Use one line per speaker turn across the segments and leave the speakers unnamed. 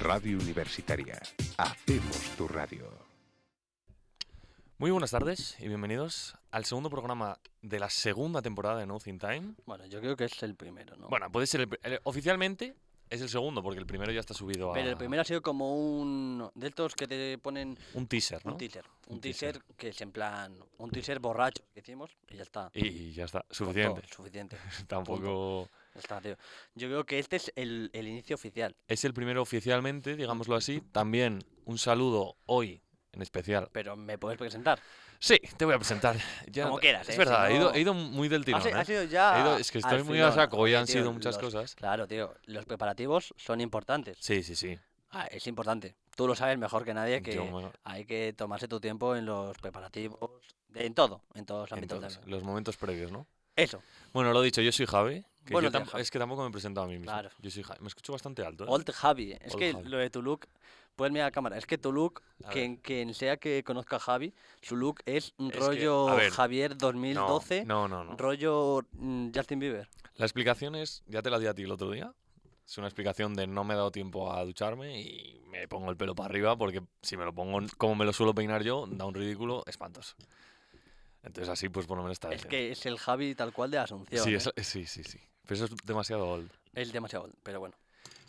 Radio Universitaria. Hacemos tu radio.
Muy buenas tardes y bienvenidos al segundo programa de la segunda temporada de Nothing Time.
Bueno, yo creo que es el primero, ¿no?
Bueno, puede ser el, pri- el- oficialmente es el segundo porque el primero ya está subido a
Pero el primero ha sido como un. De estos que te ponen.
un teaser, ¿no?
Un teaser. Un,
Un teaser.
teaser, que es en plan. Un teaser borracho que hicimos y ya está.
Y ya está,
Con
suficiente.
todo, suficiente.
Tampoco
Ya está, tío. Yo creo que este es el, el inicio oficial.
es el primero oficialmente, digámoslo así. También un saludo hoy en especial.
Pero me puedes presentar.
Sí, te voy a presentar. Ya
Como
no-
quieras,
Es
eh,
verdad,
si
he, ido,
no-
he ido muy del tirón.
Ha si- ha
¿eh?
sido ya
He ido- es que
al
estoy muy
filón.
a saco y han
Tío,
sido muchas
los-
cosas.
Claro, tío. Los preparativos son importantes.
Sí, sí, sí.
Ah, es importante. Tú lo sabes mejor que nadie que
Yo, bueno,
hay que tomarse tu tiempo en los preparativos. de- en todo. En todos los ámbitos. de la
entonces,
vida.
los momentos previos, ¿no?
Eso.
Bueno, lo dicho, yo soy Javi. que
Buenos
yo
días,
tam-
Javi.
Es que tampoco me he presentado a mí mismo.
Claro.
Yo soy Javi. Me escucho bastante alto. ¿eh?
Old Javi. Es
Old
que
Javi.
lo de tu look, puedes mirar a cámara. Es que tu look,
A ver.
quien, quien sea que conozca a Javi, su look es un
Es que, a
rollo
ver,
Javier
No,
2012,
No, no, no.
rollo mm, Justin Bieber.
La explicación es, ya te la di a ti el otro día. Es una explicación de no me he dado tiempo a ducharme y me pongo el pelo para arriba porque si me lo pongo en- como me lo suelo peinar yo, da un ridículo espantoso. Entonces así pues por lo menos está
Es
decente.
que es el Javi tal cual de Asunción.
Sí,
¿eh?
eso- sí, sí, sí. Pero eso es demasiado old.
Es demasiado old, pero bueno.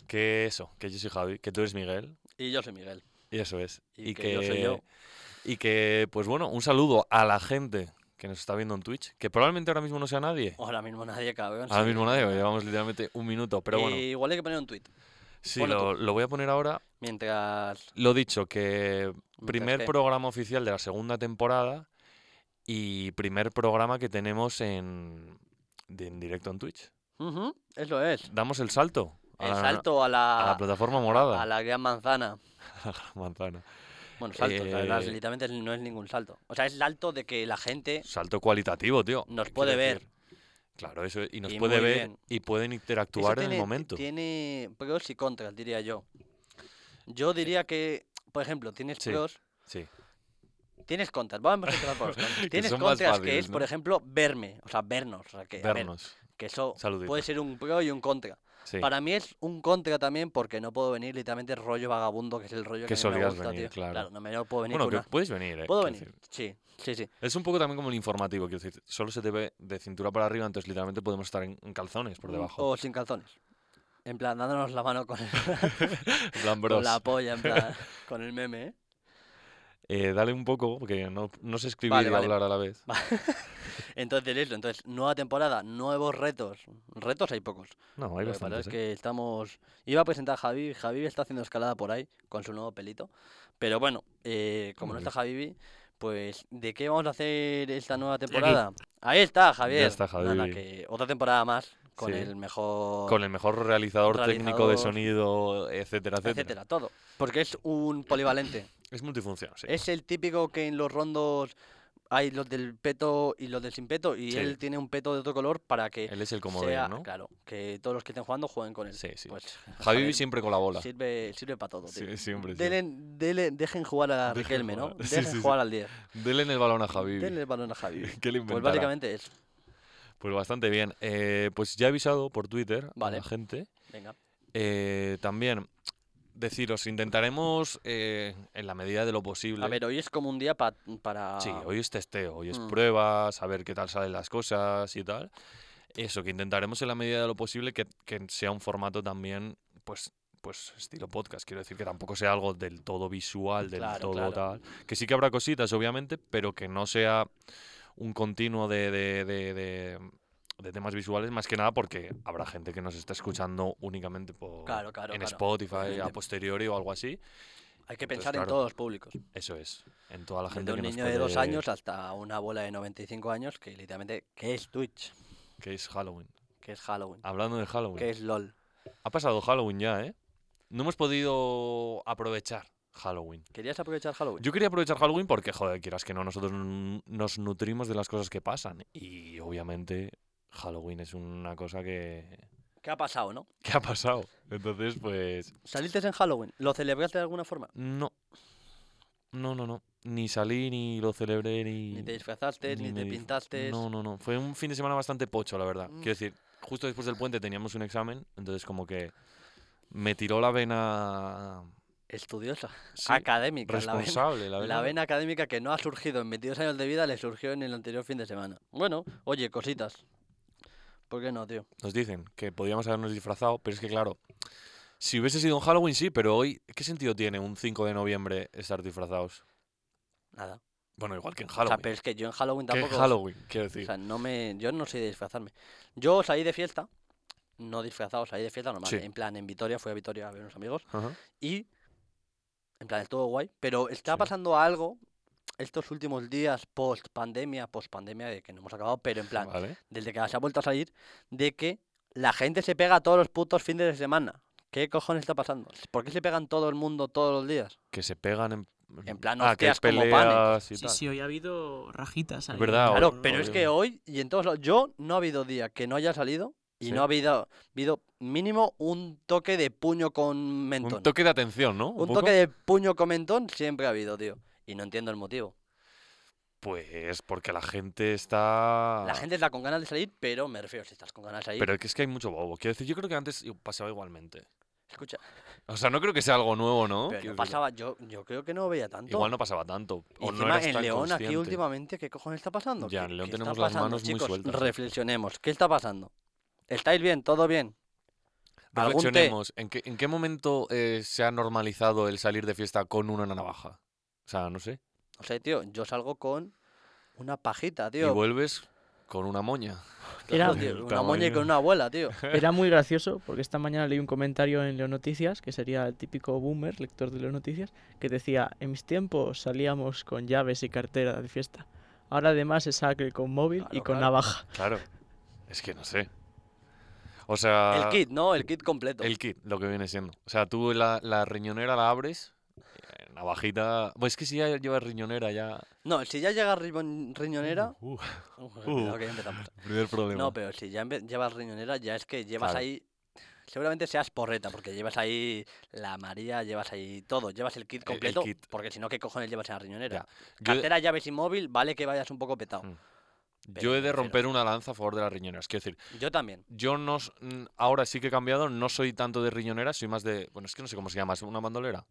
Que eso, que yo soy Javi, que tú eres Miguel,
Y yo soy Miguel.
y eso es.
Y que yo soy yo.
Y que, pues bueno, un saludo a la gente que nos está viendo en Twitch, que probablemente ahora mismo no sea nadie.
Ahora mismo nadie cabrón.
Ahora
sí.
mismo nadie, porque llevamos literalmente un minuto, pero bueno.
Eh, igual hay que poner un tweet.
Sí,
ponlo
lo, lo voy a poner ahora.
Mientras.
Lo dicho, que
mientras
primer
que-
programa oficial de la segunda temporada y primer programa que tenemos en, de- en directo en Twitch.
Ujú, eso es.
Damos el salto. a
El
la-
salto a
a
la,
la plataforma morada.
a la gran manzana.
manzana.
Bueno, salto, la verdad,
Eh,
literalmente no es ningún salto. O sea, es el alto de que la gente
Salto cualitativo, tío.
Nos
¿qué
puede
quiero
ver.
decir? Claro, eso es, y nos
Y
puede
muy
ver
bien.
y pueden
Eso
interactuar en
tiene-
el momento.
Tiene pros y contras, diría yo. Yo diría que, por ejemplo, tienes
Eh, Sí.
pros,
Sí.
eh, tienes contras. Vamos a empezar por los contras. Tienes
son más
contras que
fáciles,
es, por
¿no?
ejemplo, verme, o sea, vernos. o sea, que, a ver,
Vernos.
que eso
Saludito.
puede ser un pro y un contra.
Sí.
Para mí es un contra también porque no puedo venir literalmente rollo vagabundo, que es el rollo
Que
que, a mí me
solías
gusta,
venir,
tío.
claro.
no me no puedo venir
Bueno,
con
que
una-
puedes venir, eh,
¿Puedo
quiero
venir?
decir.
Sí, sí, sí.
Es un poco también como el informativo, quiero decir, solo se te ve de cintura para arriba, entonces literalmente podemos estar en, en calzones por
Mm,
debajo.
O sin calzones. En plan, dándonos la mano con, el-
En plan,
con
bros,
la polla, en plan, con el meme, ¿eh?
eh, dale un poco, porque no, no sé escribir
Vale,
y
vale.
hablar a la vez.
Entonces, eso, entonces, nueva temporada, nuevos retos. Retos hay pocos.
No, hay
Lo que pasa
bastantes,
es
¿eh?
que estamos. Iba a presentar a Javi, Javi está haciendo escalada por ahí con su nuevo pelito. Pero bueno, eh, como no
Hombre.
está Javi, pues, ¿de qué vamos a hacer esta nueva temporada? Ahí está, Javier.
está
Nada,
Javi.
que otra temporada más con
Sí.
el mejor.
Con el mejor realizador, técnico de
realizador,
sonido, etcétera, etcétera.
etcétera, todo. Porque es un polivalente.
Es multifunción, sí.
Es el típico que en los rondos hay los del peto y los del sin peto, y
Sí.
él tiene un peto de otro color para que
Él es el comodín,
sea,
¿no?
claro, que todos los que estén jugando jueguen con él.
Sí, sí.
Pues,
Javi siempre con la bola.
sirve, sirve para todo, tío.
Sí, siempre. sí.
Dele- dele- dejen jugar a
Dejen
Riquelme, ¿no?
jugar. Sí,
Dejen
sí, sí.
jugar al 10.
Dele en el balón a Javi.
Denle el balón a Javi.
¿Qué le
Pues
inventara?
básicamente es.
Pues bastante bien. Eh, pues ya he avisado por Twitter a
Vale.
la gente.
Venga.
Eh, también deciros, intentaremos eh, en la medida de lo posible.
A ver, hoy es como un día pa- para.
sí, hoy es testeo, hoy es
Ah. Mm.
prueba, saber qué tal salen las cosas y tal. Eso, que intentaremos en la medida de lo posible que, que sea un formato también, pues, pues estilo podcast. Quiero decir que tampoco sea algo del todo visual, del
Claro,
todo
claro.
tal. Que sí que habrá cositas, obviamente, pero que no sea un continuo de, de- de- de- de temas visuales, más que nada porque habrá gente que nos está escuchando únicamente por,
Claro, claro,
en
claro,
Spotify a
obviamente.
posteriori o algo así.
Hay que
Entonces,
pensar en
pues claro,
todos los públicos.
Eso es, en toda la gente
Desde un
que nos
niño de dos
puede-
años hasta una abuela de 95 años que literalmente. ¿Qué es Twitch?
que es Halloween.
¿Qué es Halloween?
Hablando de Halloween.
¿Qué es LOL?
Ha pasado Halloween ya, ¿eh? No hemos podido aprovechar Halloween.
¿Querías aprovechar Halloween?
Yo quería aprovechar Halloween porque, joder, quieras que no, nosotros n- nos nutrimos de las cosas que pasan. Y obviamente Halloween es una cosa que,
¿Qué ha pasado, no?
que ha pasado. Entonces, pues...
¿Saliste en Halloween? ¿Lo celebraste de alguna forma?
No. No, no, no. Ni salí, ni lo celebré, ni...
Ni te disfrazaste, ni,
me
te
dif-
pintaste.
No, no, no. Fue un fin de semana bastante pocho, la verdad.
Mm.
Quiero decir, justo después del puente teníamos un examen, entonces como que Me tiró la vena
Estudiosa,
sí,
académica, la vena,
responsable. La vena,
la vena académica que no ha surgido en 22 años de vida le surgió en el anterior fin de semana. Bueno, oye, cositas. ¿Por qué no, tío?
Nos dicen que podíamos habernos disfrazado, pero es que claro, si hubiese sido un Halloween sí, pero hoy, ¿qué sentido tiene un 5 de noviembre estar disfrazados?
Nada.
Bueno, igual que en
O sea,
Halloween.
pero es que yo en Halloween
¿Qué
tampoco...
Halloween? Quiero
O
decir.
sea, no me, yo no soy de disfrazarme. Yo salí de fiesta, no disfrazado, salí de fiesta normal.
Sí.
En plan, en Vitoria, fui a Vitoria a ver unos amigos
Ajá.
y, en plan, estuvo guay. Pero está
Sí.
pasando algo estos últimos días, post pandemia, post pandemia, de que no hemos acabado, pero en plan,
Vale.
desde que se ha vuelto a salir, de que la gente se pega todos los putos fines de semana. ¿Qué cojones está pasando? ¿Por qué se pegan todo el mundo todos los días?
Que se pegan en.
En plan,
ah, que
hostias,
es
como panes.
peleas y
Sí,
tal.
sí, hoy ha habido rajitas.
Es
ahí,
verdad,
¿no?
hoy-
No,
Claro,
no,
pero es que
obvio.
hoy y en todos lados, yo no ha habido día que no haya salido y
Sí.
no ha habido, habido mínimo un toque de puño con mentón.
Un toque de atención, ¿no?
Un
poco.
toque de puño con mentón siempre ha habido, tío. Y no entiendo el motivo.
Pues porque la gente está.
La gente está con ganas de salir, pero me refiero, si estás con ganas de salir,
Ah. Pero es que hay mucho bobo. Quiero decir, yo creo que antes yo pasaba igualmente.
escucha,
O sea, no creo que sea algo nuevo, ¿no?
pero
Quiero
no
decir,
pasaba, yo, yo creo que no veía tanto.
Igual no pasaba tanto.
Y
O no
encima
eras
en
tan
León aquí
consciente.
últimamente, ¿qué cojones está pasando?
Ya,
¿Qué-
en León
qué está
tenemos las
pasando,
manos muy
chicos?
sueltas.
Reflexionemos, ¿qué está pasando? ¿Estáis bien? ¿Todo bien? ¿Algún té?
Reflexionemos, ¿en qué, en qué momento eh, se ha normalizado el salir de fiesta con una navaja? O sea, no sé.
No sé, tío, yo salgo con una pajita,
Y
tío.
vuelves con una moña.
Era-
Tío,
El
una moña y con
tamaño.
una abuela, tío.
Era muy gracioso porque esta mañana leí un comentario en Leo Noticias, que sería el típico boomer, lector de Leo Noticias, que decía, en mis tiempos salíamos con llaves y cartera de fiesta. Ahora además se saque con móvil y
Claro,
con
claro.
navaja.
Claro. Es que no sé. O sea.
El kit, ¿no? El kit completo.
El kit, lo que viene siendo. O sea, tú la, la riñonera la abres, eh, navajita. Pues es que si ya llevas riñonera ya.
No, si ya llegas riñon- riñonera...
Uh, uh,
Ujú, cuidado que ya empezamos.
primer problema.
No, pero si ya empe- llevas riñonera, ya es que llevas
Claro.
ahí... Seguramente seas porreta, porque llevas ahí la María, llevas ahí todo, llevas el kit
El- el
completo,
kit.
porque si no, ¿qué cojones llevas en la riñonera?
Yo-
Cartera, llaves y móvil, vale que vayas un poco petado.
Mm.
pero
yo he
me
de
refiero-
romper una lanza a favor de las riñoneras. Quiero decir,
Yo también.
yo no. s- mm, Ahora sí que he cambiado, no soy tanto de riñonera, soy más de. Bueno, es que no sé cómo se llama, ¿es una bandolera?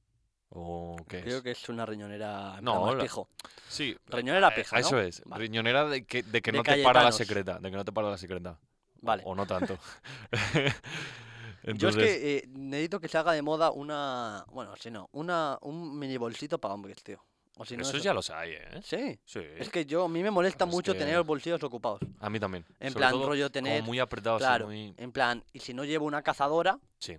¿O qué
Creo
es?
que es una riñonera...
No,
No, más
la-
pijo.
Sí.
Riñonera
eh,
pija,
Eso
¿no?
es.
Vale.
Riñonera de que, de que
De
no te para la
Cayetanos.
secreta. De que no te para la secreta.
Vale.
O no tanto.
Yo es
Entonces,
que eh, necesito que se haga de moda una. Bueno, si no, una, un mini bolsito para hombres, tío. O si no,
Eso ya los hay, ¿eh?
Sí.
Sí.
Es que yo, a mí me molesta
Es
mucho tener
que-
los bolsillos ocupados.
A mí también.
En
Sobre
plan,
todo
rollo
como
tener.
muy apretado, así,
claro.
muy-
En plan, y si no llevo una cazadora.
Sí.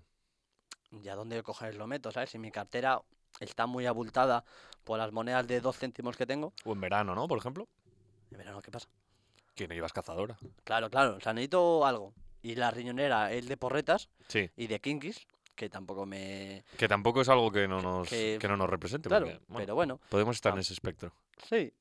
Ya dónde cojones lo meto, ¿sabes? Si mi cartera está muy abultada por las monedas de dos céntimos que tengo.
O en verano, ¿no? Por ejemplo.
En verano, ¿qué pasa?
Que no llevas cazadora.
Claro, claro. O sea, necesito algo. Y la riñonera es de porretas
Sí.
y de kinkis, que tampoco me.
Que tampoco es algo que no nos,
que-
que no nos represente.
Claro,
porque, bueno,
pero ah. bueno.
podemos estar en
tam-
ese espectro.
Sí,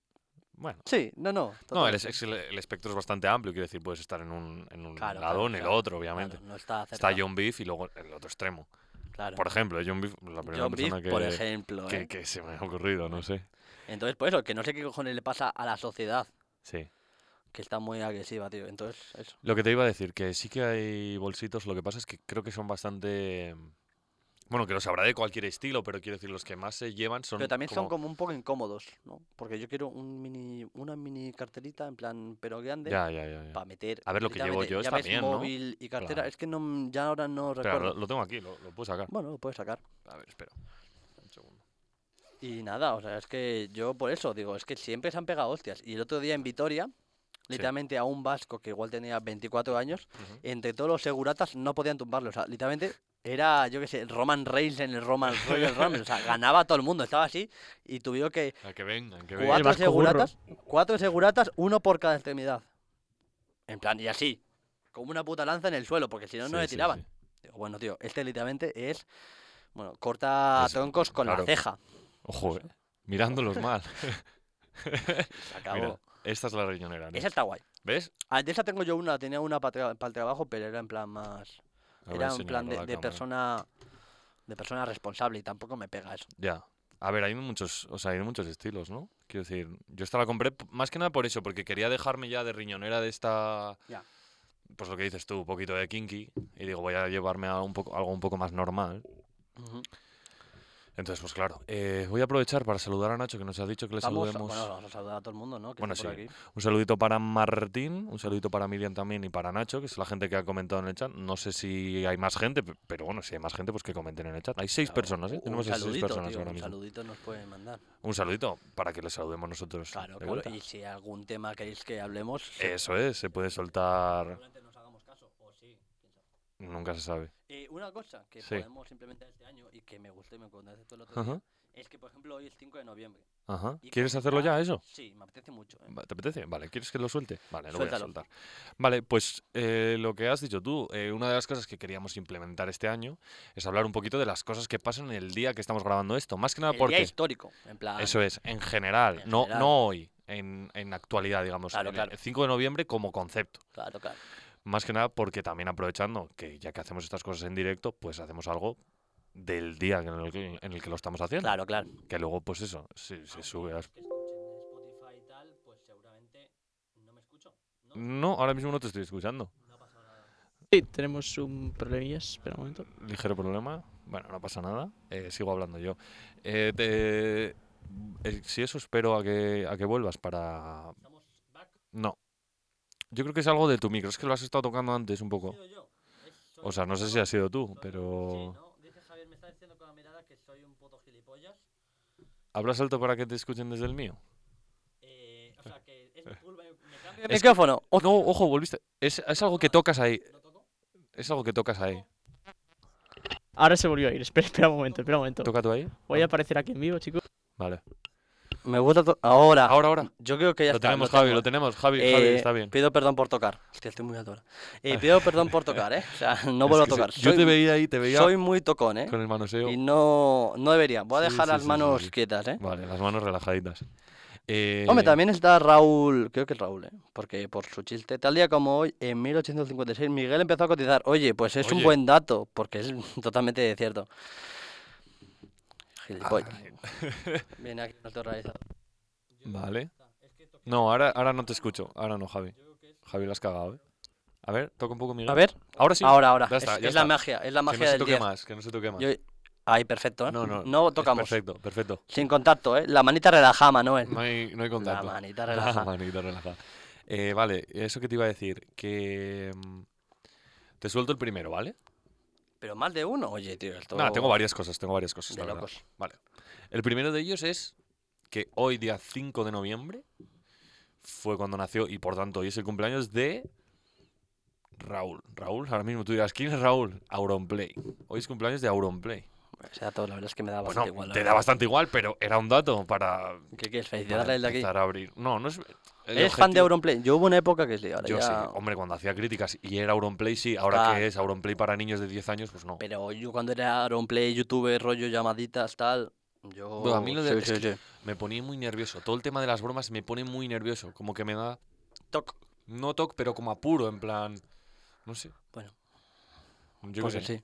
Bueno.
sí, no, no.
No,
totalmente.
el, es- el- el espectro es bastante amplio. Quiero decir, puedes estar en un, en un
Claro,
lado,
claro,
en el
claro,
otro, obviamente.
Claro, no está
Está
cerca,
John Beef y luego el otro extremo.
claro.
Por ejemplo, John Beef, la primera
John Beef,
persona que,
por ejemplo.
que,
¿eh?
que se me ha ocurrido, no sé.
Entonces, por eso, que no sé qué cojones le pasa a la sociedad,
Sí.
que está muy agresiva, tío. Entonces, eso.
Lo que te iba a decir, que sí que hay bolsitos, lo que pasa es que creo que son bastante... Bueno, que los habrá de cualquier estilo, pero quiero decir, los que más se llevan son...
Pero también son como un poco incómodos, ¿no? Porque yo quiero un mini, una mini carterita, en plan, pero grande,
Ya, ya, ya. ya.
para meter.
A ver, lo que llevo
literalmente
yo está
llaves,
bien, ¿no?
móvil y cartera.
Claro.
Es que no, m- ya ahora no
Espera,
recuerdo.
lo, lo tengo aquí, lo, lo puedo sacar.
Bueno, lo puedes sacar.
A ver, espera. Un segundo.
Y nada, o sea, es que yo por eso digo, es que siempre se han pegado hostias. Y el otro día en Vitoria, literalmente a un vasco que igual tenía 24 años,
Ujú.
entre todos los seguratas no podían tumbarlo. O sea, literalmente era, yo qué sé, Roman Reigns en el Roman Royal Rumble. O sea, ganaba todo el mundo, estaba así y tuvieron que
A que vengan, que vengan.
cuatro
vasco
seguratas, cuatro seguratas, uno por cada extremidad. En plan, y así, como una puta lanza en el suelo, porque si no, no
Sí,
le
sí,
tiraban.
sí.
Digo, bueno, tío, este literalmente es, bueno, corta
Es-
troncos con
claro.
la ceja.
Ojo, eh. Mirándolos mal.
Se
Mira,
acabó.
esta es la riñonera. ¿no?
Esa está guay.
¿Ves?
Ah, De esa tengo yo una, tenía una para el trabajo, pero era en plan más...
A ver,
Era en plan
enséñamelo
de,
a la
de
cámara.
persona de persona responsable y tampoco me pega eso.
Ya. A ver, hay muchos, o sea, hay muchos estilos, ¿no? Quiero decir, yo esta la compré p- más que nada por eso, porque quería dejarme ya de riñonera de esta
Ya.
pues lo que dices tú, un poquito de kinky, y digo, voy a llevarme a un poco, algo un poco más normal.
Ujú.
Entonces, pues claro, eh, voy a aprovechar para saludar a Nacho, que nos ha dicho que le
Vamos, a,
Pues saludemos.
bueno, vamos a saludar a todo el mundo, ¿no? Que
Bueno,
esté por
sí.
aquí.
Un saludito para Martín, un saludito para Miriam también y para Nacho, que es la gente que ha comentado en el chat. No sé si hay más gente, pe- pero bueno, si hay más gente, pues que comenten en el chat. Hay seis
Claro,
personas, ¿eh?
un
Tenemos esas seis
saludito,
personas
tío,
ahora
Un
mismo.
saludito nos pueden mandar.
Un saludito para que les saludemos nosotros.
Claro,
de
claro.
vuelta.
Y si algún tema queréis que hablemos, se-
Eso es, se puede soltar.
seguramente nos hagamos caso, o sí. quién sabe.
Nunca se sabe.
Eh, una cosa que
Sí.
podemos implementar este año y que me gustó y me contaste tú el otro día,
Ajá,
es que, por ejemplo, hoy es 5 de noviembre.
ajá.
y
¿Quieres hacerlo ya,
comentar-
eso?
Sí, me apetece mucho. ¿eh?
Va- ¿Te apetece? Vale, ¿quieres que lo suelte? Vale, lo voy a
Suéltalo.
soltar. Vale, pues eh, lo que has dicho tú, eh, una de las cosas que queríamos implementar este año es hablar un poquito de las cosas que pasan en el día que estamos grabando esto. Más que nada
El
porque.
día histórico, en plan...
Eso es, en general,
Ah, En
no,
general.
no hoy, en, en actualidad, digamos.
Claro,
en
claro.
El 5 de noviembre como concepto.
Claro, claro.
Más que nada porque también aprovechando que ya que hacemos estas cosas en directo, pues hacemos algo del día en el que, en el que lo estamos haciendo.
Claro, claro.
Que luego, pues eso, se, se sube a...
que escuchen en Spotify y tal, pues seguramente no me escucho.
No, ahora mismo no te estoy escuchando.
ha pasado nada.
Sí, tenemos un problemilla, espera un momento.
Ligero problema. Bueno, no pasa nada. eh, sigo hablando yo. Eh, te- eh, si eso espero a que, a que vuelvas para...
Estamos back.
No. Yo creo que es algo de tu micro. Es que lo has estado tocando antes un poco.
yo?
O sea, no sé si ha sido tú, pero...
Dice Javier, me está diciendo con la mirada que soy un puto gilipollas.
¿Hablas alto para que te escuchen desde el mío?
Eh, o sea, que es mi culpa, me- me cambio
Es
de
que-
micrófono. O-
No, ojo, volviste. Es, es algo que tocas ahí.
¿Lo toco?
Es algo que tocas ahí.
Ahora se volvió a ir, espera, espera un momento, espera un momento.
¿Toca tú ahí?
Voy a aparecer aquí en vivo, chicos.
Vale.
Me gusta ahora.
Ahora, ahora.
Yo creo que Ah, ya
Lo
está,
tenemos, Javi, lo tenemos. Javi, Javi,
Eh,
está bien.
Pido perdón por tocar. Hostia, estoy muy atora. Eh, pido perdón por tocar, ¿eh? O sea, no
Es
vuelvo a
que se-
tocar.
Yo
soy,
te veía ahí, te veía
soy muy tocón, ¿eh?
con el manoseo.
Y no, no debería. Voy a
Sí,
dejar
sí,
las
sí, sí,
manos
sí.
quietas, ¿eh?
Vale, las manos relajaditas. Eh,
Hombre, también está Raúl, creo que es Raúl, ¿eh? porque por su chiste, tal día como hoy, en 1856, Miguel empezó a cotizar. Oye, pues es un
Oye.
buen dato, porque es totalmente cierto. Gilipollas.
ay,
Viene aquí nuestro realizador.
Vale. No, ahora, ahora no te escucho. Ahora no, Javi. Javi, lo has cagado, ¿eh? A ver, toca un poco mi
A ver,
Ahora sí.
ahora, ahora.
ya está,
es
ya
es la
está.
magia, es la
que no
magia
se
del
toque
10.
más, que no se toque más.
Yo- Ahí, perfecto, ¿eh?
No, no. es
tocamos.
Perfecto, perfecto.
Sin contacto, ¿eh? La manita relaja, Manuel.
No hay, no hay
la
contacto.
manita
La
relaja.
manita relajada. Eh, vale, eso que te iba a decir, que mm, te suelto el primero, ¿vale?
Pero más de uno, oye, tío. Esto...
Nada, tengo varias cosas, tengo varias cosas.
De
la verdad.
locos.
Vale. El primero de ellos es que hoy, día 5 de noviembre, fue cuando nació y por tanto hoy es el cumpleaños de Raúl. Raúl, ahora mismo tú dirás, ¿quién es Raúl? Auronplay. Hoy es cumpleaños de Auronplay.
O sea, todo, la verdad es que me da
Bueno,
bastante igual. la
te da
verdad.
bastante igual, pero era un dato para,
¿Qué quieres?
para
Felicitarle desde aquí.
empezar a abrir. No, no es... el
¿Eres fan de
objetivo-
Auronplay? Yo hubo una época que sí, ahora
Yo
ya...
sí, hombre, cuando hacía críticas y era Auronplay, sí. Ahora
Claro.
que es Auronplay para niños de 10 años, pues no.
Pero yo cuando era Auronplay, YouTube, rollo, llamaditas, tal... Yo...
Bueno, a mí lo de-
sí,
es
sí,
que-
sí.
Me ponía muy nervioso. Todo el tema de las bromas me pone muy nervioso. Como que me da,
Toc.
no toque, pero como apuro, en plan. No sé.
Bueno,
Yo qué
porque
sé.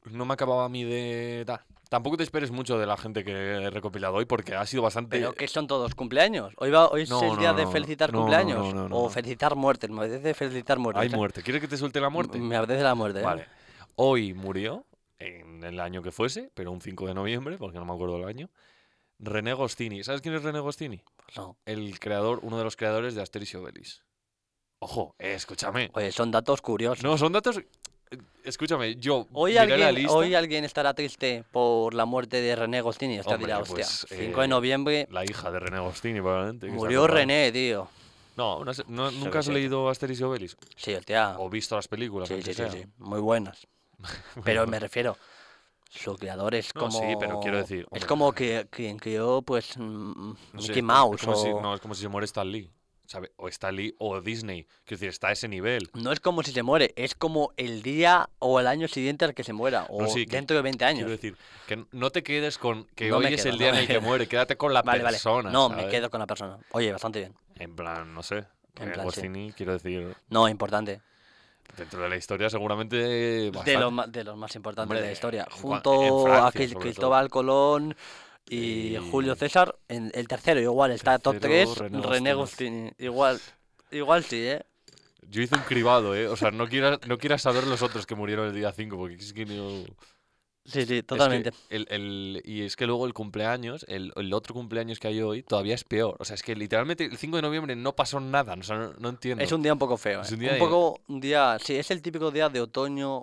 pues sí.
No me acababa a mí de. tal. Tampoco te esperes mucho de la gente que he recopilado hoy porque ha sido bastante.
Pero que son todos cumpleaños. Hoy, va, hoy
No,
es el
no,
día de
no,
felicitar
no, no,
cumpleaños.
no, no, no,
o
no.
felicitar muertes. Me apetece felicitar muertes.
Hay
¿eh?
muerte. ¿Quieres que te suelte la muerte?
Me apetece la muerte. ¿eh?
Vale. Hoy murió, en el año que fuese, pero un 5 de noviembre, porque no me acuerdo el año. René Gostini. ¿Sabes quién es René Gostini?
No.
el creador, uno de los creadores de Asterix y Obelix. Ojo, eh, escúchame.
Oye, pues son datos curiosos.
No, son datos. eh, Escúchame, yo
Hoy
miré la
alguien,
lista.
hoy alguien estará triste por la muerte de René Agostini. Está
Hombre,
dirá, hostia,
pues,
5 de
eh,
noviembre
La hija de René Agostini, probablemente. que está
murió
atrapada.
René, tío.
No, no sé- no-
que
nunca has
sí.
leído Asterix y Obelix.
Sí, hostia.
O visto las películas.
Ah. Sí,
aunque
sí, sí,
sea.
sí, muy buenas. Pero me refiero, su creador es
No,
como...
sí, pero quiero decir,
Es
hombre.
como que quien creó, pues, mm,
No sé,
Mickey
es
Mouse
como si-
o-
no, es como si se muere Stan Lee. ¿sabe? O Stan Lee o Disney. Quiero decir, está a ese nivel.
No es como si se muere, es como el día o el año siguiente al que se muera, o
sí, que-
dentro de 20 años.
Quiero decir, que no te quedes con que
No
hoy
me
es
quedo,
el
no
día
me
en el que
quedo.
muere. Quédate con la
Vale, vale.
persona.
No, me
¿sabes?
quedo con la persona. Oye, bastante bien.
En plan, no sé. René
plan, sí.
Agostini, quiero decir.
No, importante.
Dentro de la historia seguramente
De
bastante.
los, ma- de los más importantes de
Hombre,
la historia.
en cua-
Junto
en Francia,
a Cri-
sobre
Cristóbal Colón y,
Y-
Julio César, en el tercero igual está top
Tercero,
3,
René
René
Agostini.
Agostini. Igual, igual sí, ¿eh?
Yo hice un cribado, ¿eh? O sea, no quieras, no quieras saber los otros que murieron el día 5, porque es que no...
Sí, sí,
Es que
totalmente.
el- el- y es que luego el cumpleaños, el, el otro cumpleaños que hay hoy, todavía es peor. O sea, es que literalmente el 5 de noviembre no pasó nada. O sea, no, no entiendo.
Es un día un poco feo.
Es
¿eh?
un día de-
poco un día. Sí, es el típico día de otoño,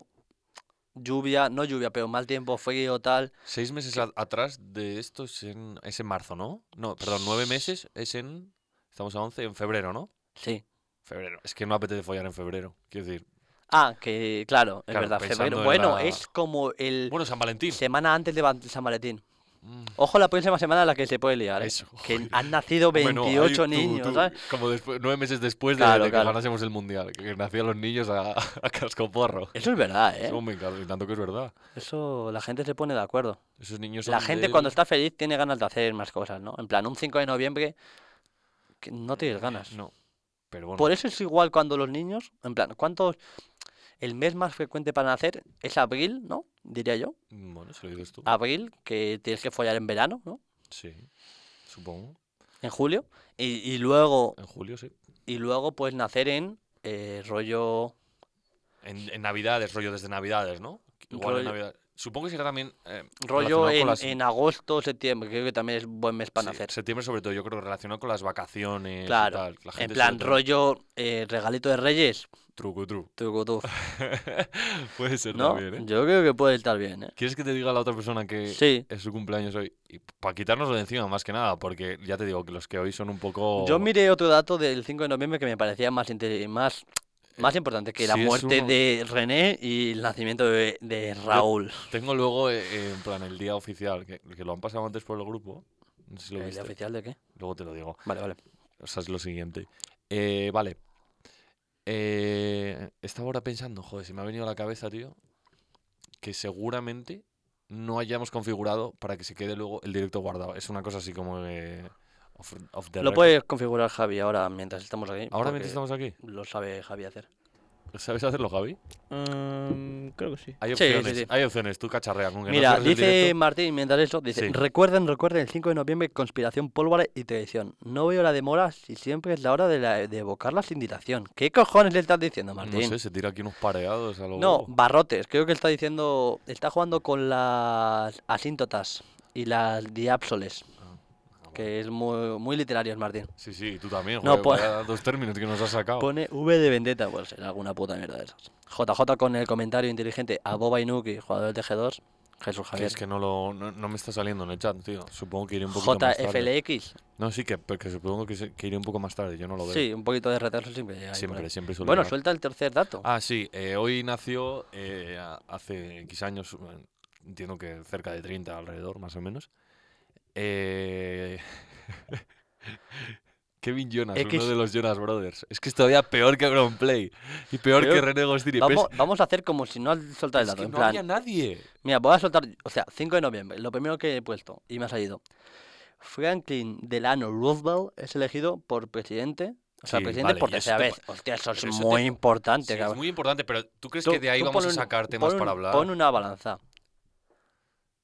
lluvia, no lluvia, pero mal tiempo, frío, tal.
Seis meses a- atrás de esto es en, es en marzo, ¿no? No, perdón, nueve meses es en... Estamos a 11, en febrero, ¿no?
Sí.
Febrero. Es que no apetece follar en febrero. Quiero decir...
Ah, que claro, es
Claro,
verdad.
pensando
febrero.
en
Bueno,
la-
es como el
Bueno, San Valentín.
semana antes de Van- San Valentín.
Mm,
Ojo la próxima semana a la que se puede liar, ¿eh?
Eso.
Que han nacido
Bueno, ahí
28
tú-
niños,
tú,
¿sabes?
Como después, nueve meses después de,
Claro,
de que
claro.
ganásemos el mundial, que nacían los niños a, a cascoporro.
Eso es verdad, ¿eh?
Eso me encanta, y tanto que es verdad.
Eso la gente se pone de acuerdo.
Esos niños
La
son
gente
del-
cuando está feliz tiene ganas de hacer más cosas, ¿no? En plan, un 5 de noviembre que no tienes ganas.
No. Pero bueno.
Por eso es igual cuando los niños, en plan, ¿cuántos? El mes más frecuente para nacer es abril, ¿no? Diría yo.
Bueno, se lo dices tú.
Abril, que tienes que follar en verano, ¿no?
Sí. Supongo.
En julio. Y, y luego,
En julio, sí.
y luego puedes nacer en eh, rollo...
En, en Navidades, rollo desde Navidades, ¿no? Igual en
Rollo-
Navidad. Supongo que será también. eh, relacionado
Rollo
con
en,
las-
en agosto, septiembre, creo que también es buen mes para
sí,
nacer.
Septiembre, sobre todo, yo creo relacionado con las vacaciones. y
Claro,
tal. La
En
gente
plan,
rollo
rollo eh, regalito de reyes,
Truco, truco.
tú, tú,
Puede ser
¿no?
también, ¿eh?
Yo creo que puede estar bien, ¿eh?
¿Quieres que te diga la otra persona que
Sí.
es su cumpleaños hoy? Y para quitárnoslo de encima, más que nada, porque ya te digo que los que hoy son un poco.
Yo miré otro dato del 5 de noviembre que me parecía más, inte- más, más importante que la
Eh, sí, es
muerte
uno-
de René y el nacimiento de, de Raúl.
Tengo luego, eh, en plan, el día oficial, que, que lo han pasado antes por el grupo. No sé si lo
¿El
viste.
día oficial de qué?
Luego te lo digo.
Vale, vale.
O sea, es lo siguiente. Eh, vale. Eh, estaba ahora pensando, joder, se me ha venido a la cabeza, tío, que seguramente no hayamos configurado para que se quede luego el directo guardado. Es una cosa así como eh, off, off the
Lo
record.
puedes configurar Javi ahora mientras estamos aquí.
Ahora mientras
porque
estamos aquí.
Lo sabe Javi hacer.
¿Sabes hacerlo, Javi?
Mm, creo que sí.
Hay
Sí, sí,
opciones,
sí.
hay opciones. Tú cacharrea con que no
Mira,
cierres el
dice
directo.
Martín, mientras eso, dice,
Sí.
recuerden, recuerden el 5 de noviembre, conspiración, pólvora y traición. No veo la demora si siempre es la hora de, la- de evocar la sindicación. ¿Qué cojones le estás diciendo, Martín?
No sé, se tira aquí unos pareados a lo
No,
bobo.
barrotes. Creo que está diciendo. Está jugando con las asíntotas y las diápsoles,
Ah, bueno.
que es muy, muy literario el Martín.
Sí, sí, y tú también,
No,
joder,
pues-
vaya dos términos que nos has sacado.
Pone V de vendetta, pues será alguna puta mierda de esas. JJ con el comentario inteligente a Boba Inuki, jugador de G2, Jesús
Que
Javier.
es que no, lo, no, no me está saliendo en el chat, tío. Supongo que iré un poquito más tarde.
JFLX.
No, sí, que, pero que supongo que, se- que iré un poco más tarde, yo no lo veo.
Sí, un poquito de retraso siempre llega. ahí por
siempre,
ahí.
siempre suele
Bueno,
llegar.
suelta el tercer dato.
Ah, sí, eh, hoy nació eh, a- hace X años, eh, entiendo que cerca de 30 alrededor, más o menos. Eh, Kevin Jonas,
X.
uno de los Jonas Brothers. Es que es todavía peor que Play y peor
Peor.
que René Gostiri. pero es-
Vamos, vamos a hacer como si no has soltado el
es
dato.
que
en
no
plan,
había nadie.
Mira, voy a soltar, o sea, 5 de noviembre, lo primero que he puesto y me ha salido. Franklin Delano Roosevelt es elegido por presidente, o sea,
Sí,
presidente
vale,
por
y eso
tercera
te
vez.
pa-
Hostia, eso es
pero eso te
muy
pa-
importante,
Sí, es
cabrón.
muy importante, pero ¿tú crees
Tú-
que de ahí
tú
vamos a
pon un-
sacar temas
pon
para
un-
hablar?
Pon una balanza.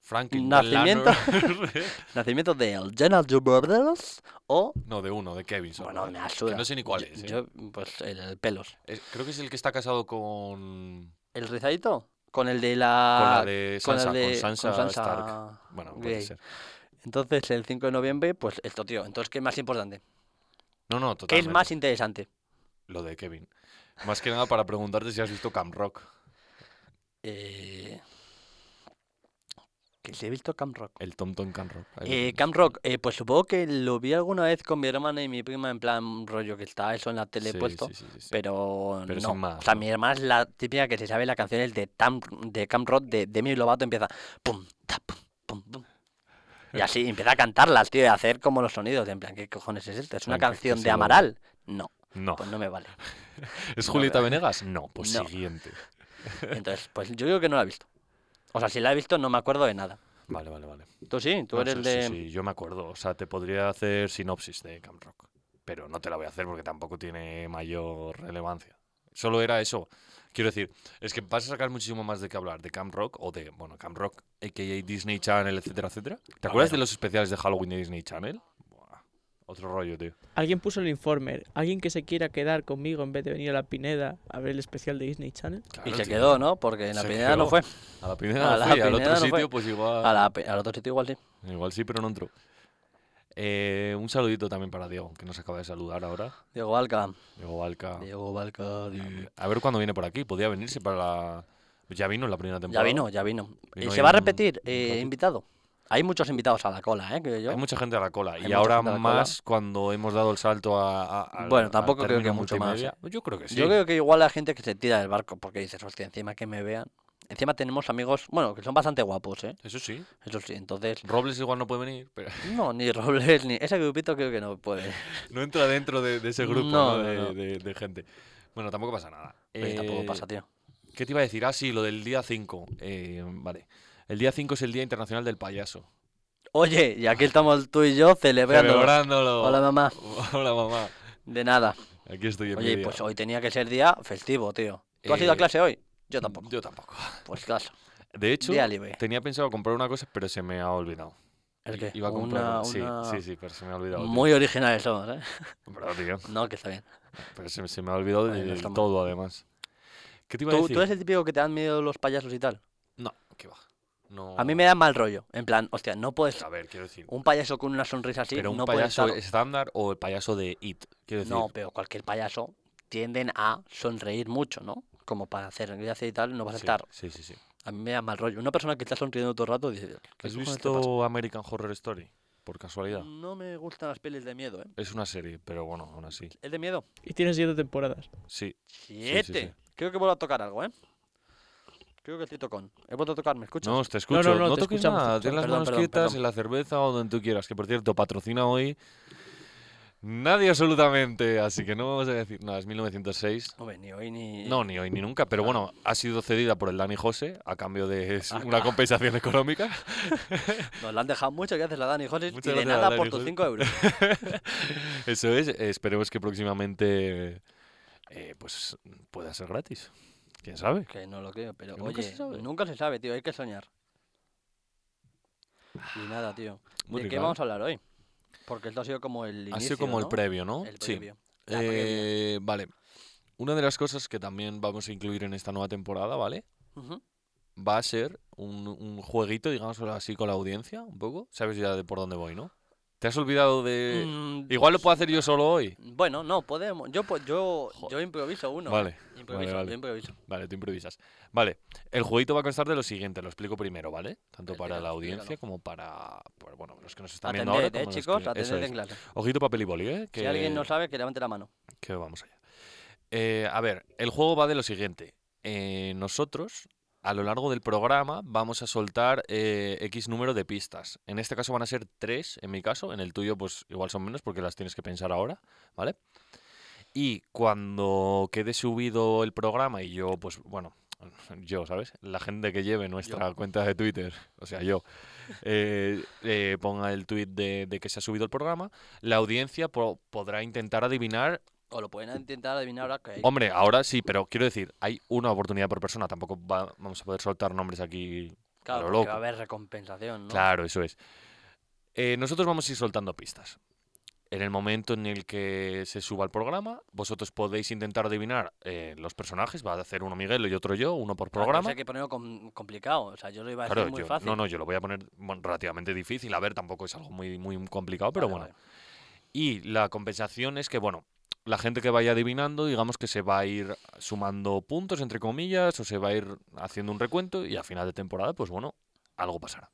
Franklin
nacimiento-
Delano-
Nacimiento de el General Brothers o...
no, de uno, de Kevin. solo,
Bueno,
¿eh?
me asuda.
Que no sé ni cuál
Yo-
es. ¿eh?
Yo, pues, el, el pelos.
Es- Creo que es el que está casado con.
¿El rizadito? Con el de
con
la...
la de
Ah, con la
Sansa, con,
de-
Sansa,
con Sansa
Stark. Bueno, puede
Grey.
ser.
Entonces, el 5 de noviembre, pues esto, tío. Entonces, ¿qué es más importante?
No, no,
¿Qué es
totalmente.
más interesante?
Lo de Kevin. Más que nada para preguntarte si has visto Camp Rock.
Eh, Que si he visto Camp Rock.
Eh, El Tom Tom Camp Rock. ahí lo
Eh,
tienes.
Camp Rock, eh, pues supongo que lo vi alguna vez con mi hermana y mi prima en plan rollo que está eso en la tele
Sí,
puesto,
sí, sí, sí, sí.
pero,
Pero
no.
sin más,
o sea,
¿no?
mi hermana es la típica que se sabe las canciones de, Tam- de Camp Rock de Demi Lovato, empieza pum, ta, pum, pum, pum. Y así empieza a cantarlas, tío, y a hacer como los sonidos, en plan, ¿qué cojones es esto? ¿Es una
Frank, es pues que
canción
sí Oh.
de
lo veo.
Amaral? No,
No.
pues no me vale.
¿Es
no,
Julieta
pero-
Venegas? No, pues
No.
siguiente.
Entonces, pues yo creo que no la he visto. O sea, si la he visto no me acuerdo de nada.
Vale, vale, vale.
Tú sí, tú
No,
eres
Ah, sí,
el
sí,
de...
sí, yo me acuerdo. O sea, te podría hacer sinopsis de Camp Rock. Pero no te la voy a hacer porque tampoco tiene mayor relevancia. Solo era eso. Quiero decir, es que vas a sacar muchísimo más de qué hablar de Camp Rock o de, bueno, Camp Rock, a.k.a. Disney Channel, etcétera, etcétera. ¿Te acuerdas de los especiales de Halloween de Disney Channel? Buah, Otro rollo, tío.
Alguien puso el informe. Alguien que se quiera quedar conmigo en vez de venir a la Pineda a ver el especial de Disney Channel.
Y
Claro,
se
tío.
quedó, ¿no? Porque en la
Se
Pineda no
quedó.
fue.
A la Pineda
A la
no fui, al
Pineda
otro
no fue.
sitio, pues igual.
A la pe- al otro sitio igual sí.
Igual sí, pero no entró. Eh, un saludito también para Diego, que nos acaba de saludar ahora.
Diego Valca.
Diego Valca.
Diego Valca. di-
A ver cuándo viene por aquí. Podía venirse para la. Ya vino en la primera
Ya
temporada.
vino, ya vino. Eh,
Vino
se
ahí
va a
un-
repetir,
un
eh,
ratito.
invitado. Hay muchos invitados a la cola, ¿eh? Que yo.
Hay mucha gente a la cola. Y
mucha
ahora
gente a la cola.
más cuando hemos dado el salto a. a- al-
Bueno,
al
tampoco creo
término
que mucho más, ¿eh?
multimedia. Yo creo que sí.
Yo creo que igual la gente que se tira del barco porque dices, hostia, encima que me vean. Encima tenemos amigos, bueno, que son bastante guapos, ¿eh?
Eso sí.
Eso sí, entonces.
Robles igual no puede venir, pero
No, ni Robles, ni. Ese grupito creo que no puede.
no entra dentro de, de ese grupo
No,
¿no?
no,
de,
no.
de- de gente. Bueno, tampoco pasa nada.
Oye, tampoco
Eh,
pasa, tío.
¿Qué te iba a decir? Ah, sí, lo del día 5. Eh, vale. El día 5 es el Día Internacional del Payaso.
Oye, y aquí estamos tú y yo celebrando.
Celebrándolo.
Hola, mamá.
Hola, mamá.
De nada.
Aquí estoy en
Oye,
mi
pues
día.
hoy tenía que ser día festivo, tío. ¿Tú has ido a
Eh,
clase hoy? Yo tampoco.
Yo tampoco.
Pues claro.
De hecho,
Día libre.
tenía pensado comprar una cosa, pero se me ha olvidado.
¿El
I-
qué?
Iba a comprar
Una-
un- sí,
una-
sí, sí, pero se me ha olvidado. tío.
Muy originales somos, ¿eh?
Pero, tío,
No, que está bien.
pero se, se me ha olvidado
Ahí no
del
estamos.
todo, además. ¿Qué te iba a
¿Tú,
decir?
tú eres el típico que te dan miedo los payasos y tal.
No, que va. No.
A mí me da mal rollo. En plan, hostia, no puedes.
A ver, quiero decir.
Un payaso con una sonrisa así
pero un
no puede
payaso
estar.
estándar o el payaso de It. Quiero decir.
No, pero cualquier payaso tienden a sonreír mucho, ¿no? Como para hacer gracia y tal, no vas a
sí,
estar.
Sí, sí, sí.
A mí me da mal rollo. Una persona que está sonriendo todo el rato dice. ¿qué
¿Has
cojones te pasa? Mm.
visto American Horror Story? Por casualidad.
No me gustan las pelis de miedo, ¿eh?
Es una serie, pero bueno, aún así.
¿Es de miedo?
Y tiene siete temporadas.
Sí.
Siete. Creo que vuelvo a tocar algo, ¿eh? Creo que estoy tocón. He vuelto a tocar, ¿me escuchas?
No, te escucho. No,
no, te
toques
escuchamos, te
nada. Ten
escuchamos.
las
Perdón,
manos
perdón,
quietas
perdón.
en la cerveza o donde tú quieras. Que por cierto, patrocina hoy. Nadie absolutamente. Así que no vamos a decir nada. Es 1906.
Hombre, ni hoy ni.
No, ni hoy ni nunca, pero bueno, ha sido cedida por el Dani José a cambio de
Ah,
s- una compensación económica.
Nos la han dejado mucho que haces la Dani José. Y
Muchas
de
gracias,
nada
Dani
por tus
José.
5 euros.
Eso es, esperemos que próximamente eh, pues pueda ser gratis. ¿Quién sabe?
Que no lo creo, pero
Nunca se
oye,
sabe.
nunca se sabe, tío, hay que soñar. Y nada, tío.
Ah, Muy
¿De
rico,
qué
¿eh?
vamos a hablar hoy? Porque esto ha sido como el inicio,
Ha sido como el
¿no?
previo, ¿no?
El
sí.
previo. La previa.
Eh, vale. Una de las cosas que también vamos a incluir en esta nueva temporada, ¿vale?
Ujú.
Va a ser un, un jueguito, digamos así, con la audiencia, un poco. Sabes ya de por dónde voy, ¿no? ¿Te has olvidado de...?
Mm,
Eh, Igual lo puedo hacer yo solo hoy.
Bueno, no, podemos. Yo, po- yo, yo improviso uno.
Vale,
Improviso,
vale.
yo improviso.
vale, tú improvisas. Vale, el jueguito va a constar de lo siguiente, lo explico primero, ¿vale? Tanto para la
Explícalo,
audiencia como para, para, bueno, los que nos están viendo ahora.
Atended, eh,
como los
chicos,
que- eso
atended
es.
en clase.
Ojito papel y boli, ¿eh?
Si alguien
Que-
no sabe, que levante la mano.
que vamos allá. Eh, a ver, el juego va de lo siguiente. Eh, nosotros, a lo largo del programa, vamos a soltar eh, X número de pistas. En este caso van a ser tres, en mi caso. En el tuyo, pues igual son menos porque las tienes que pensar ahora, ¿vale? Y cuando quede subido el programa y yo, pues bueno, yo, ¿sabes? La gente que lleve nuestra cuenta de Twitter, o sea, yo, eh, eh, ponga el tweet de, de que se ha subido el programa, la audiencia po- podrá intentar adivinar
O lo pueden intentar adivinar ahora que hay.
Hombre, ahora sí, pero quiero decir, hay una oportunidad por persona, tampoco va- vamos a poder soltar nombres aquí.
claro,
lo
porque
loco.
va a haber recompensación, ¿no?
Claro, eso es. Eh, nosotros vamos a ir soltando pistas. En el momento en el que se suba el programa, vosotros podéis intentar adivinar eh, los personajes, va a hacer uno Miguel y otro yo, uno por
Claro,
programa.
entonces hay que ponerlo com- complicado. O sea, yo lo iba a decir
Claro,
muy
yo-
fácil.
no, no, yo lo voy a poner bueno, relativamente difícil, a ver, tampoco es algo muy, muy complicado, pero
Vale,
bueno.
vale.
Y la compensación es que, bueno, la gente que vaya adivinando, digamos que se va a ir sumando puntos, entre comillas, o se va a ir haciendo un recuento y a final de temporada, pues bueno, algo pasará.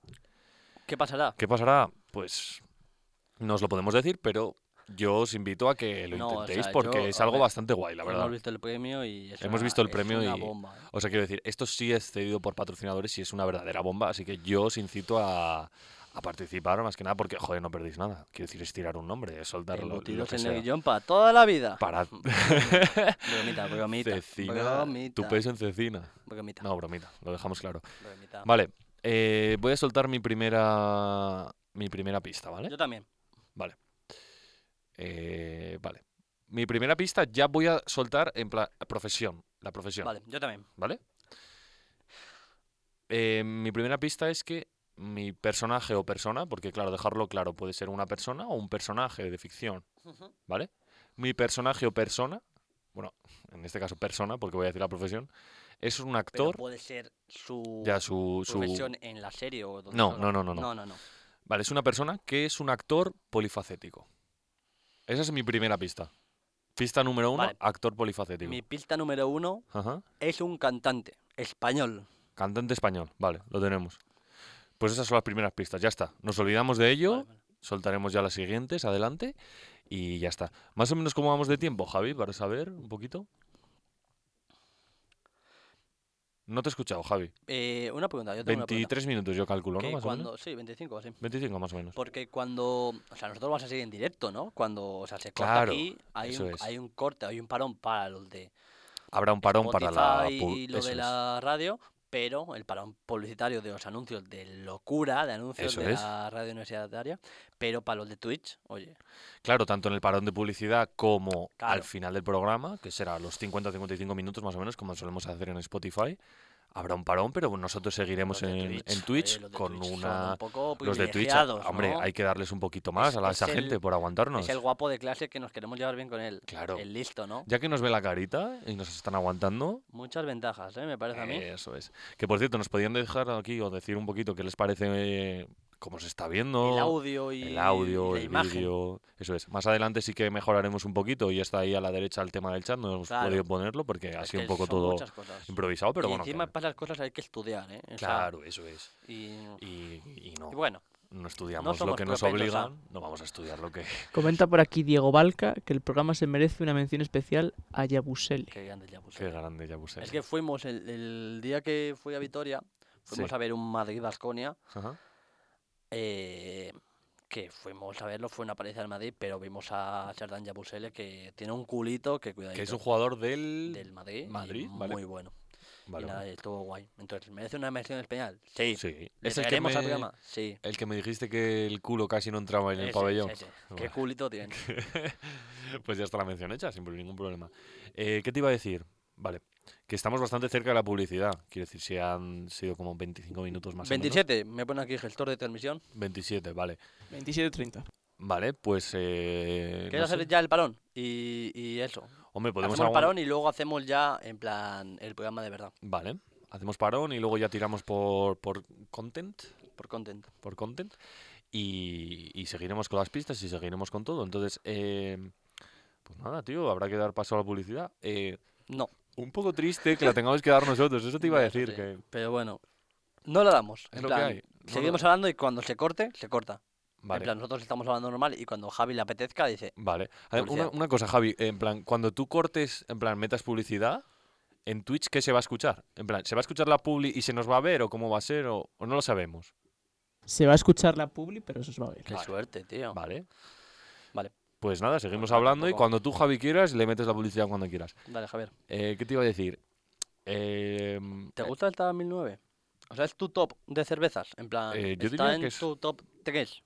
¿Qué pasará?
¿Qué pasará? Pues no os lo podemos decir, pero yo os invito a que lo
No, o
intentéis
sea,
porque
yo-
es
a
algo
ver,
bastante guay, la verdad.
Hemos visto el premio y es
Hemos
una-
visto el
es
premio
una
y-
bomba, ¿eh?
O sea, quiero decir, esto sí es cedido por patrocinadores y es una verdadera bomba, así que yo os incito a, a participar más que nada porque, joder, no perdéis nada. Quiero decir, es tirar un nombre, es soltar lo, lo
Embutidos
que
en
sea.
el guión para toda la vida.
Para
Bromita, bromita.
Cecina.
bromita,
Tu peso en cecina.
bromita,
No, bromita, lo dejamos claro.
bromita.
Vale, eh, voy a soltar mi primera, mi primera pista, ¿vale?
Yo también.
Eh, vale. Mi primera pista ya voy a soltar en plan profesión, la profesión, ¿vale?
Vale, yo también.
Eh, mi primera pista es que mi personaje o persona, porque claro, dejarlo claro, puede ser una persona o un personaje de ficción, ¿vale? Mi personaje o persona, bueno, en este caso persona, porque voy a decir la profesión, es un
Pero
actor,
puede ser su
ya su, su-
profesión en la serie o donde
No, no,
salga.
no, no, no.
No, no, no.
Vale, es una persona que es un actor polifacético. Esa es mi primera pista. Pista número uno,
Vale.
actor polifacético.
Mi pista número uno
Ajá.
es un cantante español.
Cantante español, vale, lo tenemos. Pues esas son las primeras pistas, ya está. Nos olvidamos de ello,
Vale, vale.
soltaremos ya las siguientes, adelante, y ya está. Más o menos cómo vamos de tiempo, Javi, para saber un poquito. No te he escuchado, Javi.
Eh, una pregunta, yo tengo una pregunta.
23 minutos, yo calculo, ¿no?
Que
Más o menos.
cuando, sí, 25 o así.
25 más o menos.
Porque cuando, o sea, nosotros vamos a seguir en directo, ¿no? Cuando, o sea, se corta
Claro,
aquí, hay
eso
un,
es.
hay un corte, hay un parón para los de
Habrá un parón para la...
Spotify
pu-
y lo
eso
de
es.
la radio, pero el parón publicitario de los anuncios de locura, de anuncios
Eso
de
es.
la radio universitaria, pero para los de Twitch, oye,
Claro, tanto en el parón de publicidad como al
Claro.
final del programa, que será los 50-55 minutos más o menos, como solemos hacer en Spotify, habrá un parón, pero nosotros seguiremos
los
en
de
en Twitch,
oye, los de
con
Twitch son
una...
un poco
Los de Twitch,
privilegiados,
hombre,
¿no?
hay que darles un poquito más
Es-
a la- a
es
esa
el-
gente por aguantarnos.
Es el guapo de clase que nos queremos llevar bien con él.
Claro.
El listo, ¿no?
Ya que nos ve la carita y nos están aguantando,
Muchas ventajas, ¿eh? Me parece a mí.
eso es. Que por cierto, nos podían dejar aquí o decir un poquito qué les parece, eh, cómo se está viendo.
el audio y
el audio,
y la
el
imagen.
vídeo, eso es. Más adelante sí que mejoraremos un poquito y está ahí a la derecha el tema del chat, no hemos
Claro.
podido ponerlo porque ha
Es
sido un
que
poco
son
todo
muchas cosas.
improvisado, pero
y
bueno.
encima
claro.
para las cosas hay que estudiar, ¿eh? O sea,
Claro, eso es.
y,
Y, y no,
y bueno,
no estudiamos lo
somos
que nos
propensos a-
obligan, no vamos a estudiar lo que...
Comenta por aquí Diego Balca que el programa se merece una mención especial a Yabusele.
qué grande ya, pues,
Qué
eh.
grande ya puse.
Es que fuimos el, el día que fui a Vitoria, fuimos
Sí.
a ver un Madrid-Basconia,
Ajá.
eh, que fuimos a verlo, fue una paliza del Madrid, pero vimos a Sardán Yabusele que tiene un culito que cuidadito
Que es un jugador del...
del Madrid, y
Madrid, vale.
muy bueno.
Vale,
y nada,
vale.
estuvo guay. Entonces, ¿merece una mención especial? Sí.
Sí.
¿Le
Es el que,
traeremos al
me,
programa? Sí.
el que me dijiste que el culo casi no entraba en el
Ese,
pabellón.
ese, ese.
Vale.
Qué culito tiene.
pues ya está la mención hecha, sin ningún problema. Eh, ¿Qué te iba a decir? Vale, que estamos bastante cerca de la publicidad. Quiero decir, si han sido como 25 minutos más. o menos.
27, me pone aquí gestor de transmisión.
27, vale.
27-30.
Vale, pues. Eh,
¿Quieres
no
hacer
sé.
ya el parón? Y, y eso.
Hombre, podemos
hacemos el
aguan-
parón y luego hacemos ya, en plan, el programa de verdad,
Vale, hacemos parón y luego ya tiramos por, por content.
por content.
Por content. Y, y seguiremos con las pistas y seguiremos con todo. Entonces, eh, pues nada, tío, habrá que dar paso a la publicidad. Eh,
No.
un poco triste que la tengamos que dar nosotros, eso te iba a
Ya, eso
decir.
sí.
que...
Pero bueno, no la damos.
Es
en
lo que
plan,
hay. No lo-
Seguimos hablando y cuando se corte, se corta.
Vale.
En plan, nosotros estamos hablando normal y cuando Javi le apetezca dice,
Vale. Adem- Una,
Publicidad.
una cosa, Javi, en plan, cuando tú cortes, en plan, metas publicidad, en Twitch, ¿qué se va a escuchar? En plan, ¿se va a escuchar la publi y se nos va a ver o cómo va a ser o, o no lo sabemos?
Se va a escuchar la publi, pero eso se va a ver.
qué suerte, tío.
Vale.
Vale.
Pues nada, seguimos
nada,
hablando y
tampoco-
cuando tú, Javi, quieras, le metes la publicidad cuando quieras.
Dale, Javier.
Eh, ¿Qué te iba a decir? Em,
¿Te
eh,
gusta el Tada 1009? O sea, es tu top de cervezas. En plan,
Eh, yo
está
diría
en
que es-
tu top 3.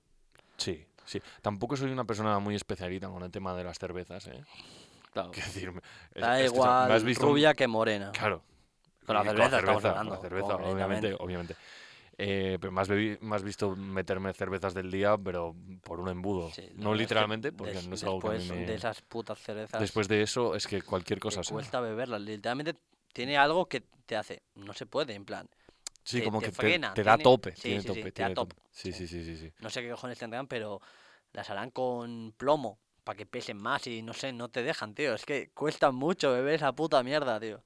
sí, sí. Tampoco soy una persona muy especialita con el tema de las cervezas, ¿eh?
Claro.
Quiero decirme.
Da
este
igual rubia que morena.
Claro.
Con la
Y
cerveza estamos hablando,
Con la cerveza, obviamente,
concretamente.
obviamente. Eh, pero me has, bebi- me has visto meterme cervezas del día, pero por un embudo.
Sí, la verdad es
no
que
literalmente, porque
des-
no es algo que a mí
después
me-
de esas putas cervezas
Después de eso, es que cualquier
te
cosa... se-
cuesta beberlas. Literalmente tiene algo que te hace, no se puede, en plan.
sí,
te-
como
te
que te,
frena,
te da
tiene-
tope.
sí,
tiene
sí, sí,
tope,
te da
tiene
top.
tope. Sí, sí,
Sí.
sí, sí, sí.
no sé qué cojones tendrán, pero las harán con plomo para que pesen más y no sé, no te dejan, tío. Es que cuesta mucho beber esa puta mierda, tío.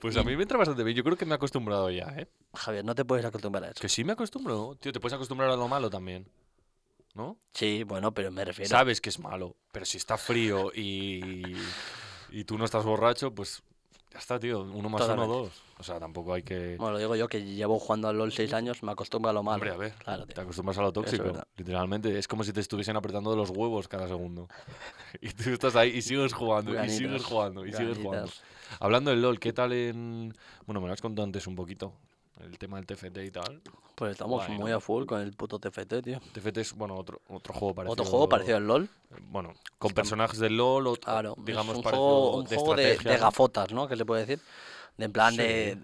Pues a mí me entra bastante bien. Yo creo que me he acostumbrado ya, ¿eh?
Javier, no te puedes acostumbrar a eso.
Que sí me acostumbro. Tío, te puedes acostumbrar a lo malo también. ¿No?
Sí, bueno, pero me refiero.
Sabes que es malo, pero si está frío y, y tú no estás borracho, pues ya está, tío. Uno más uno,
Totalmente.
dos. O sea, tampoco hay que...
Bueno, lo digo yo que llevo jugando al LOL 6 años, me acostumbro a lo malo.
Hombre, a ver,
Claro, tío.
te acostumbras a lo tóxico,
verdad.
literalmente. Es como si te estuviesen apretando los huevos cada segundo. Y tú estás ahí y sigues jugando, y sigues
Granitos,
jugando, y sigues jugando.
granitos.
Hablando del LOL, ¿qué tal en...? Bueno, me lo has contado antes un poquito, el tema del TFT y tal.
Pues estamos
Guay, ¿no?
muy a full con el puto TFT, tío.
TFT es, bueno, otro, otro juego parecido.
Otro juego parecido al LOL.
Bueno, con personajes del LOL, o,
Claro, es
digamos,
un
parecido
juego, un
de
juego de, de
estrategia, ¿no?
gafotas, ¿no? Que se puede decir. De en plan
Sí.
de.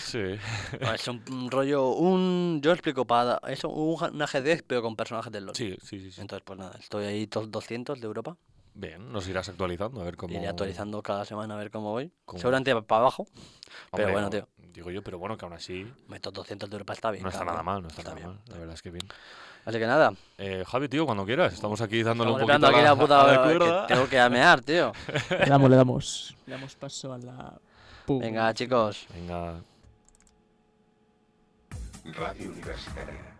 Sí.
no, es un, un rollo. un Yo explico para. Es un, un ajedrez, pero con personajes del LoL.
Sí, sí, sí, sí.
Entonces, pues nada, estoy ahí top 200 de Europa.
Bien, nos irás actualizando, a ver cómo.
Iré actualizando cada semana a ver cómo voy.
Como-
Seguramente para abajo. pero
Hombre,
bueno, tío.
Digo yo, pero bueno, que aún así
me top 200 de Europa está bien.
no está
cabrón.
nada mal, no está,
Está
nada
bien,
mal. La verdad es que bien.
Así que nada,
Eh, Javi, tío, cuando quieras. Estamos aquí dándole
estamos
un poquito
esperando aquí
a
la,
a
puta. que
cuerda.
tengo que amear, tío.
Le damos, le damos. Le damos paso a la.
Uh.
Pum.
Venga, chicos.
Venga,
Radio Universitaria.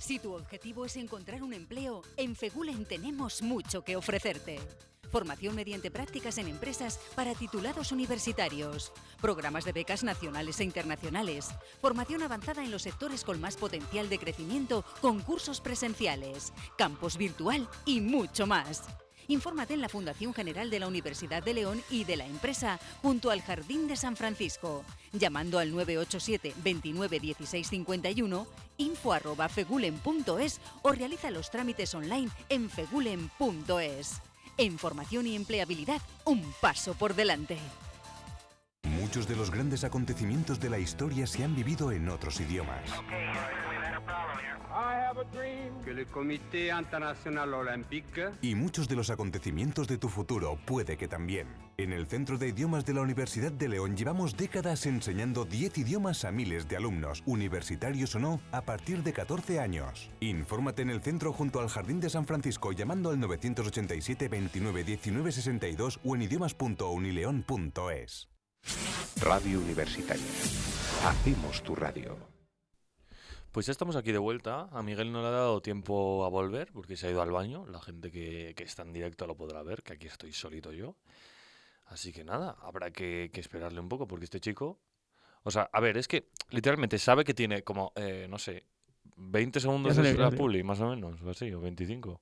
Si tu objetivo es encontrar un empleo, en Fegulen tenemos mucho que ofrecerte. Formación mediante prácticas en empresas para titulados universitarios, programas de becas nacionales e internacionales, formación avanzada en los sectores con más potencial de crecimiento, concursos presenciales, campus virtual y mucho más. Infórmate en la Fundación General de la Universidad de León y de la empresa junto al Jardín de San Francisco, llamando al 987 29 16 51, info arroba fegulen.es o realiza los trámites online en fegulen.es. En formación y empleabilidad, un paso por delante.
Muchos de los grandes acontecimientos de la historia se han vivido en otros idiomas.
que le Comité international olympique
Y muchos de los acontecimientos de tu futuro puede que también. En el Centro de Idiomas de la Universidad de León llevamos décadas enseñando 10 idiomas a miles de alumnos, universitarios o no, a partir de 14 años. Infórmate en el centro junto al Jardín de San Francisco llamando al 987 29 19 62 o en idiomas.unileón.es.
Radio Universitaria. Hacemos tu radio.
pues ya estamos aquí de vuelta. A Miguel no le ha dado tiempo a volver porque se ha ido al baño. La gente que, que está en directo lo podrá ver, que aquí estoy solito yo. Así que nada, habrá que, que esperarle un poco porque este chico. O sea, a ver, es que literalmente sabe que tiene como, eh, no sé, 20 segundos
se
de
le
la
cambia.
puli, más o menos, o así, o 25.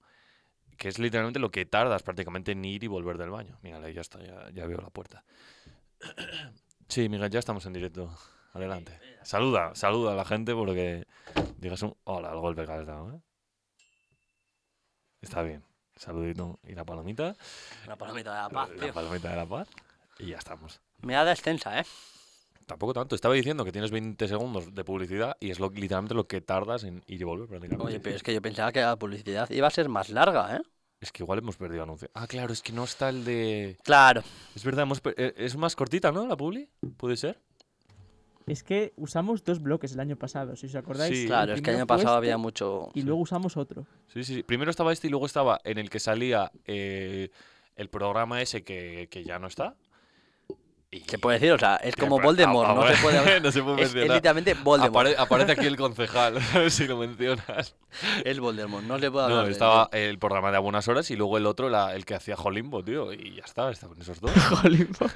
Que es literalmente lo que tardas prácticamente en ir y volver del baño. Mírale, ya está, ya, ya veo la puerta. Sí, Miguel, ya estamos en directo. Adelante. Saluda, saluda a la gente porque digas un hola al golpe que has dado. ¿eh? Está bien. Saludito y la palomita.
La palomita de la paz,
La
tío.
palomita de la paz. Y ya estamos.
Meada extensa, ¿eh?
Tampoco tanto. Estaba diciendo que tienes 20 segundos de publicidad y es lo, literalmente lo que tardas en ir y volver prácticamente.
Oye, pero es que yo pensaba que la publicidad iba a ser más larga, ¿eh?
Es que igual hemos perdido anuncio. Ah, claro, es que no está el de...
Claro.
Es verdad, hemos per- eh, es más cortita, ¿no? La publi. ¿Puede ser?
Es que usamos dos bloques el año pasado, si os acordáis.
Sí.
el
Claro, es que el
primero
año
fue
pasado
este
había mucho.
Y luego usamos otro.
Sí, sí, sí. Primero estaba este y luego estaba en el que salía eh, el programa ese que, que ya no está. Y...
Se puede decir, o sea, es
que
como
apare-
Voldemort,
ah,
no
bueno,
se puede hablar.
no se puede
es, es
mencionar.
literalmente Voldemort.
Apare- aparece aquí el concejal, si lo mencionas.
Es Voldemort, no se puede hablar.
No,
de-
estaba el programa de algunas horas y luego el otro, la- el que hacía Jolimbo, tío. Y ya está, estaban esos dos.
Jolimbo.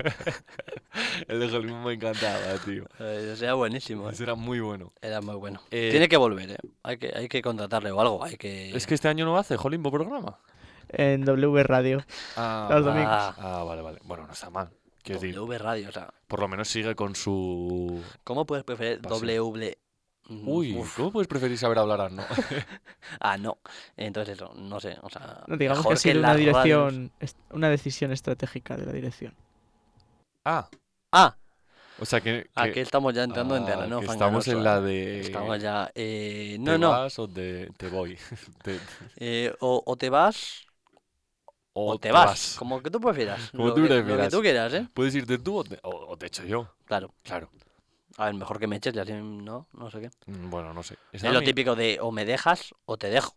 el de Jolimbo me encantaba, tío.
Eh, Era buenísimo, ¿eh?
Ese era muy bueno.
era muy bueno.
Eh,
Tiene que volver, ¿eh? Hay que, hay que contratarle o algo, hay que...
Es que este año no hace Jolimbo programa.
En W Radio.
Ah,
Los
vale.
domingos.
Ah, vale, vale. Bueno, no está mal. Quiero decir,
W Radio, o sea,
por lo menos sigue con su.
¿cómo puedes preferir
Pase.
W? Mm,
Uy,
uf,
¿cómo puedes preferir saber hablar a no?
Ah, no. Entonces eso, no sé, o sea...
No, digamos
mejor
que ha sido una
las radios.
dirección, est- una decisión estratégica de la dirección.
ah,
Ah,
o sea que. que-
aquí estamos ya Ah, entrando en
ah,
terreno
que Estamos
fangoso,
en
¿eh?
la de.
Estamos ya... eh,
¿te
no, no.
vas o te, te voy? Te-
eh, o, o te vas o, te, vas. Como que tú prefieras.
Como
lo
tú
que- Lo
prefieras.
que tú quieras, ¿eh?
Puedes irte tú o te, o- o te echo yo.
Claro.
Claro.
A ver, mejor que me eches, ya así, no, no sé qué.
Mm, Bueno, no sé.
Es
Estaba
lo
mi-
típico de o me dejas o te dejo.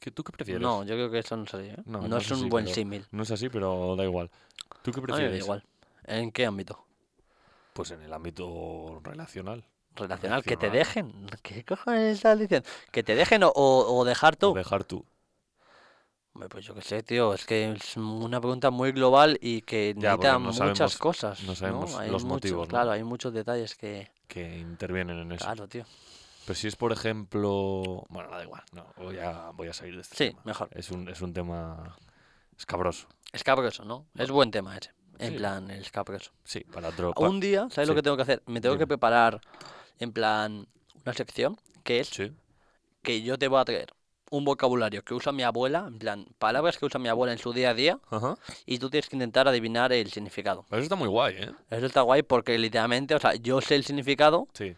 ¿Qué- ¿Tú qué prefieres?
No, yo creo que eso no sería. ¿eh?
No,
No,
no
es
sé
un
si,
buen
pero
símil.
No es así, pero da igual. ¿Tú qué
A mí me da
prefieres?
igual. ¿En qué ámbito?
Pues en el ámbito relacional.
¿Relacional? ¿Que te
Relacional.
dejen? ¿Qué cojones estás diciendo? ¿Que te dejen o, o- o dejar
o
tú?
Dejar tú.
Hombre, Pues yo qué sé, tío. Es que es una pregunta muy global y que
Ya, porque
necesita
no
muchas
sabemos-
cosas.
no sabemos
Hay
los
mucho-
motivos, ¿no?
Claro, hay muchos detalles que.
Que intervienen en eso.
Claro, tío.
Pero si es, por ejemplo. Bueno, da igual. No, voy a, voy a salir de este
Sí,
tema.
mejor.
Es un, es un tema escabroso.
Escabroso, ¿no? Es buen tema ese. En
Sí.
plan, el escabroso.
Sí, para tropa.
Un día, ¿sabes lo
sí.
que tengo que hacer? Me tengo que
Dime.
preparar, en plan, una sección que es
Sí.
que yo te voy a traer un vocabulario que usa mi abuela, en plan, palabras que usa mi abuela en su día a día,
Ajá.
y tú tienes que intentar adivinar el significado.
Pero eso está muy guay, ¿eh?
Eso está guay porque literalmente, o sea, yo sé el significado
Sí.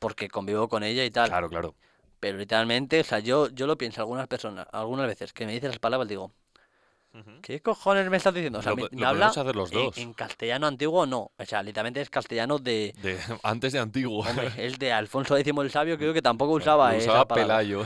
porque convivo con ella y tal.
Claro, claro.
Pero literalmente, o sea, yo, yo lo pienso algunas personas, algunas veces, que me dicen las palabras, digo, ¿qué cojones me estás diciendo? O sea,
Lo
me,
po-
me
lo
habla
podemos hacer los
en-
dos.
En, castellano antiguo, no. O sea, literalmente es castellano de...
De- antes de antiguo.
Hombre, el de Alfonso X el Sabio creo que tampoco usaba,
Lo
esa
usaba
palabra.
Pelayo.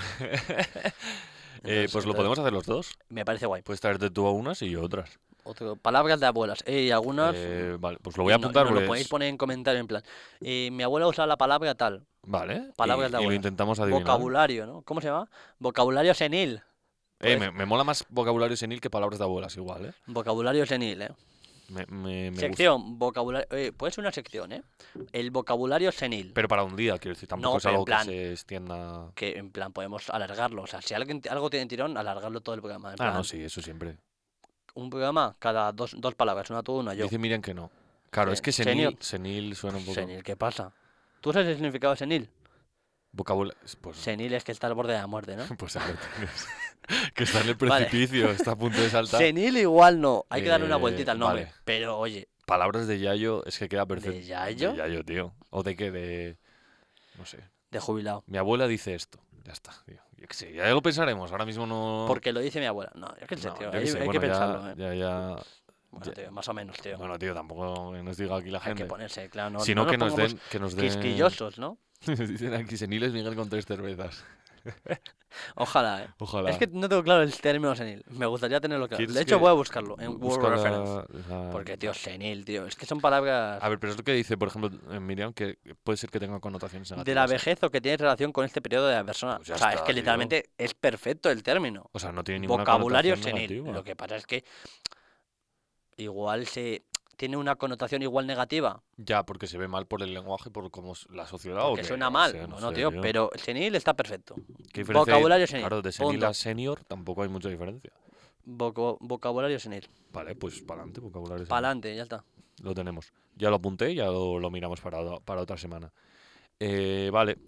Eh,
Entonces,
pues lo
entonces,
podemos hacer los dos.
Me parece guay.
Puedes traerte tú a unas y yo a otras.
Otro- palabras de abuelas. Eh, y algunas...
Eh, vale, pues lo voy a
y no- y
apuntar
nos lo
porque
podéis
es-
poner en comentario en plan. eh, mi abuela usa la palabra tal.
Vale. y,
palabras de
y lo
abuelas.
intentamos adivinar.
Vocabulario, ¿no? ¿Cómo se llama? Vocabulario senil.
Eh,
pues.
me, me mola más vocabulario senil que palabras de abuelas igual, ¿eh?
Vocabulario senil, ¿eh?
Me, me- me gusta.
sección, vocabulario... eh, puede ser una sección, ¿eh? El vocabulario senil.
Pero para un día, quiero decir, tampoco
No,
es
pero en
algo
plan-
que se extienda... Ah,
que en plan podemos alargarlo. O sea, si alguien, algo tiene tirón, alargarlo todo el programa. en
Ah, no,
plan,
sí, eso siempre.
Un programa cada dos, dos palabras, una tú, una yo.
Dice Miriam que no. Claro,
Eh,
es que
senior.
senil, senil suena un poco...
Senil, ¿qué pasa? ¿Tú sabes el significado de senil?
Vocabula- Pues,
Senil es que está al borde de la muerte, ¿no?
pues ahí lo tienes. que está en el
Vale.
precipicio, está a punto de saltar.
senil igual no. Hay que darle una
Eh,
vueltita al nombre.
vale.
Pero oye,
Palabras de Yayo es que queda perfecto.
Yayo?
De Yayo, tío. O de qué, de... No sé.
de jubilado.
Mi abuela dice esto. Ya está, tío. Yo qué sé, ya lo pensaremos. Ahora mismo no...
Porque lo dice mi abuela. No, yo qué sé,
No,
tío.
yo qué
Hay,
sé,
hay que
bueno, ya-
pensarlo, ¿eh?
Ya, ya...
Bueno,
ya-
tío, más o menos, tío.
Bueno, tío, tampoco que nos diga aquí la
hay
gente.
que ponerse, claro. No,
sino
no
que, nos
pongamos
den, que nos den...
quisquillosos, ¿no?
Dicen aquí seniles Miguel con tres cervezas.
Ojalá, ¿eh?
Ojalá.
Es que no tengo claro el término senil. Me gustaría tenerlo claro.
¿Quieres
De hecho,
que
voy a buscarlo en
Bu-
World
busca
Reference.
la-
Porque, tío, senil, tío. Es que son palabras
A ver, pero es lo que dice, por ejemplo, eh, Miriam, que puede ser que tenga connotaciones negativas.
de la
¿eh?
vejez o que tienen relación con este periodo de la persona.
Pues ya
o sea, es
está,
que
tío.
literalmente es perfecto el término.
O sea, no tiene ninguna
Vocabulario
connotación
senil.
negativa.
Lo que pasa es que igual se tiene una connotación igual negativa.
Ya, porque se ve mal por el lenguaje, por cómo es la sociedad. o
porque
qué,
suena
no
mal.
sé,
no,
Ah, no
no,
sé,
tío, pero senil está perfecto.
¿Qué diferencia hay?
vocabulario senil,
Claro, de senil
punto.
a senior tampoco hay mucha diferencia.
Voco- vocabulario senil.
Vale, pues para adelante, vocabulario senil.
Pa'lante, ya está.
Lo tenemos. Ya lo apunté, ya lo, lo miramos para, o- para otra semana. Eh, vale.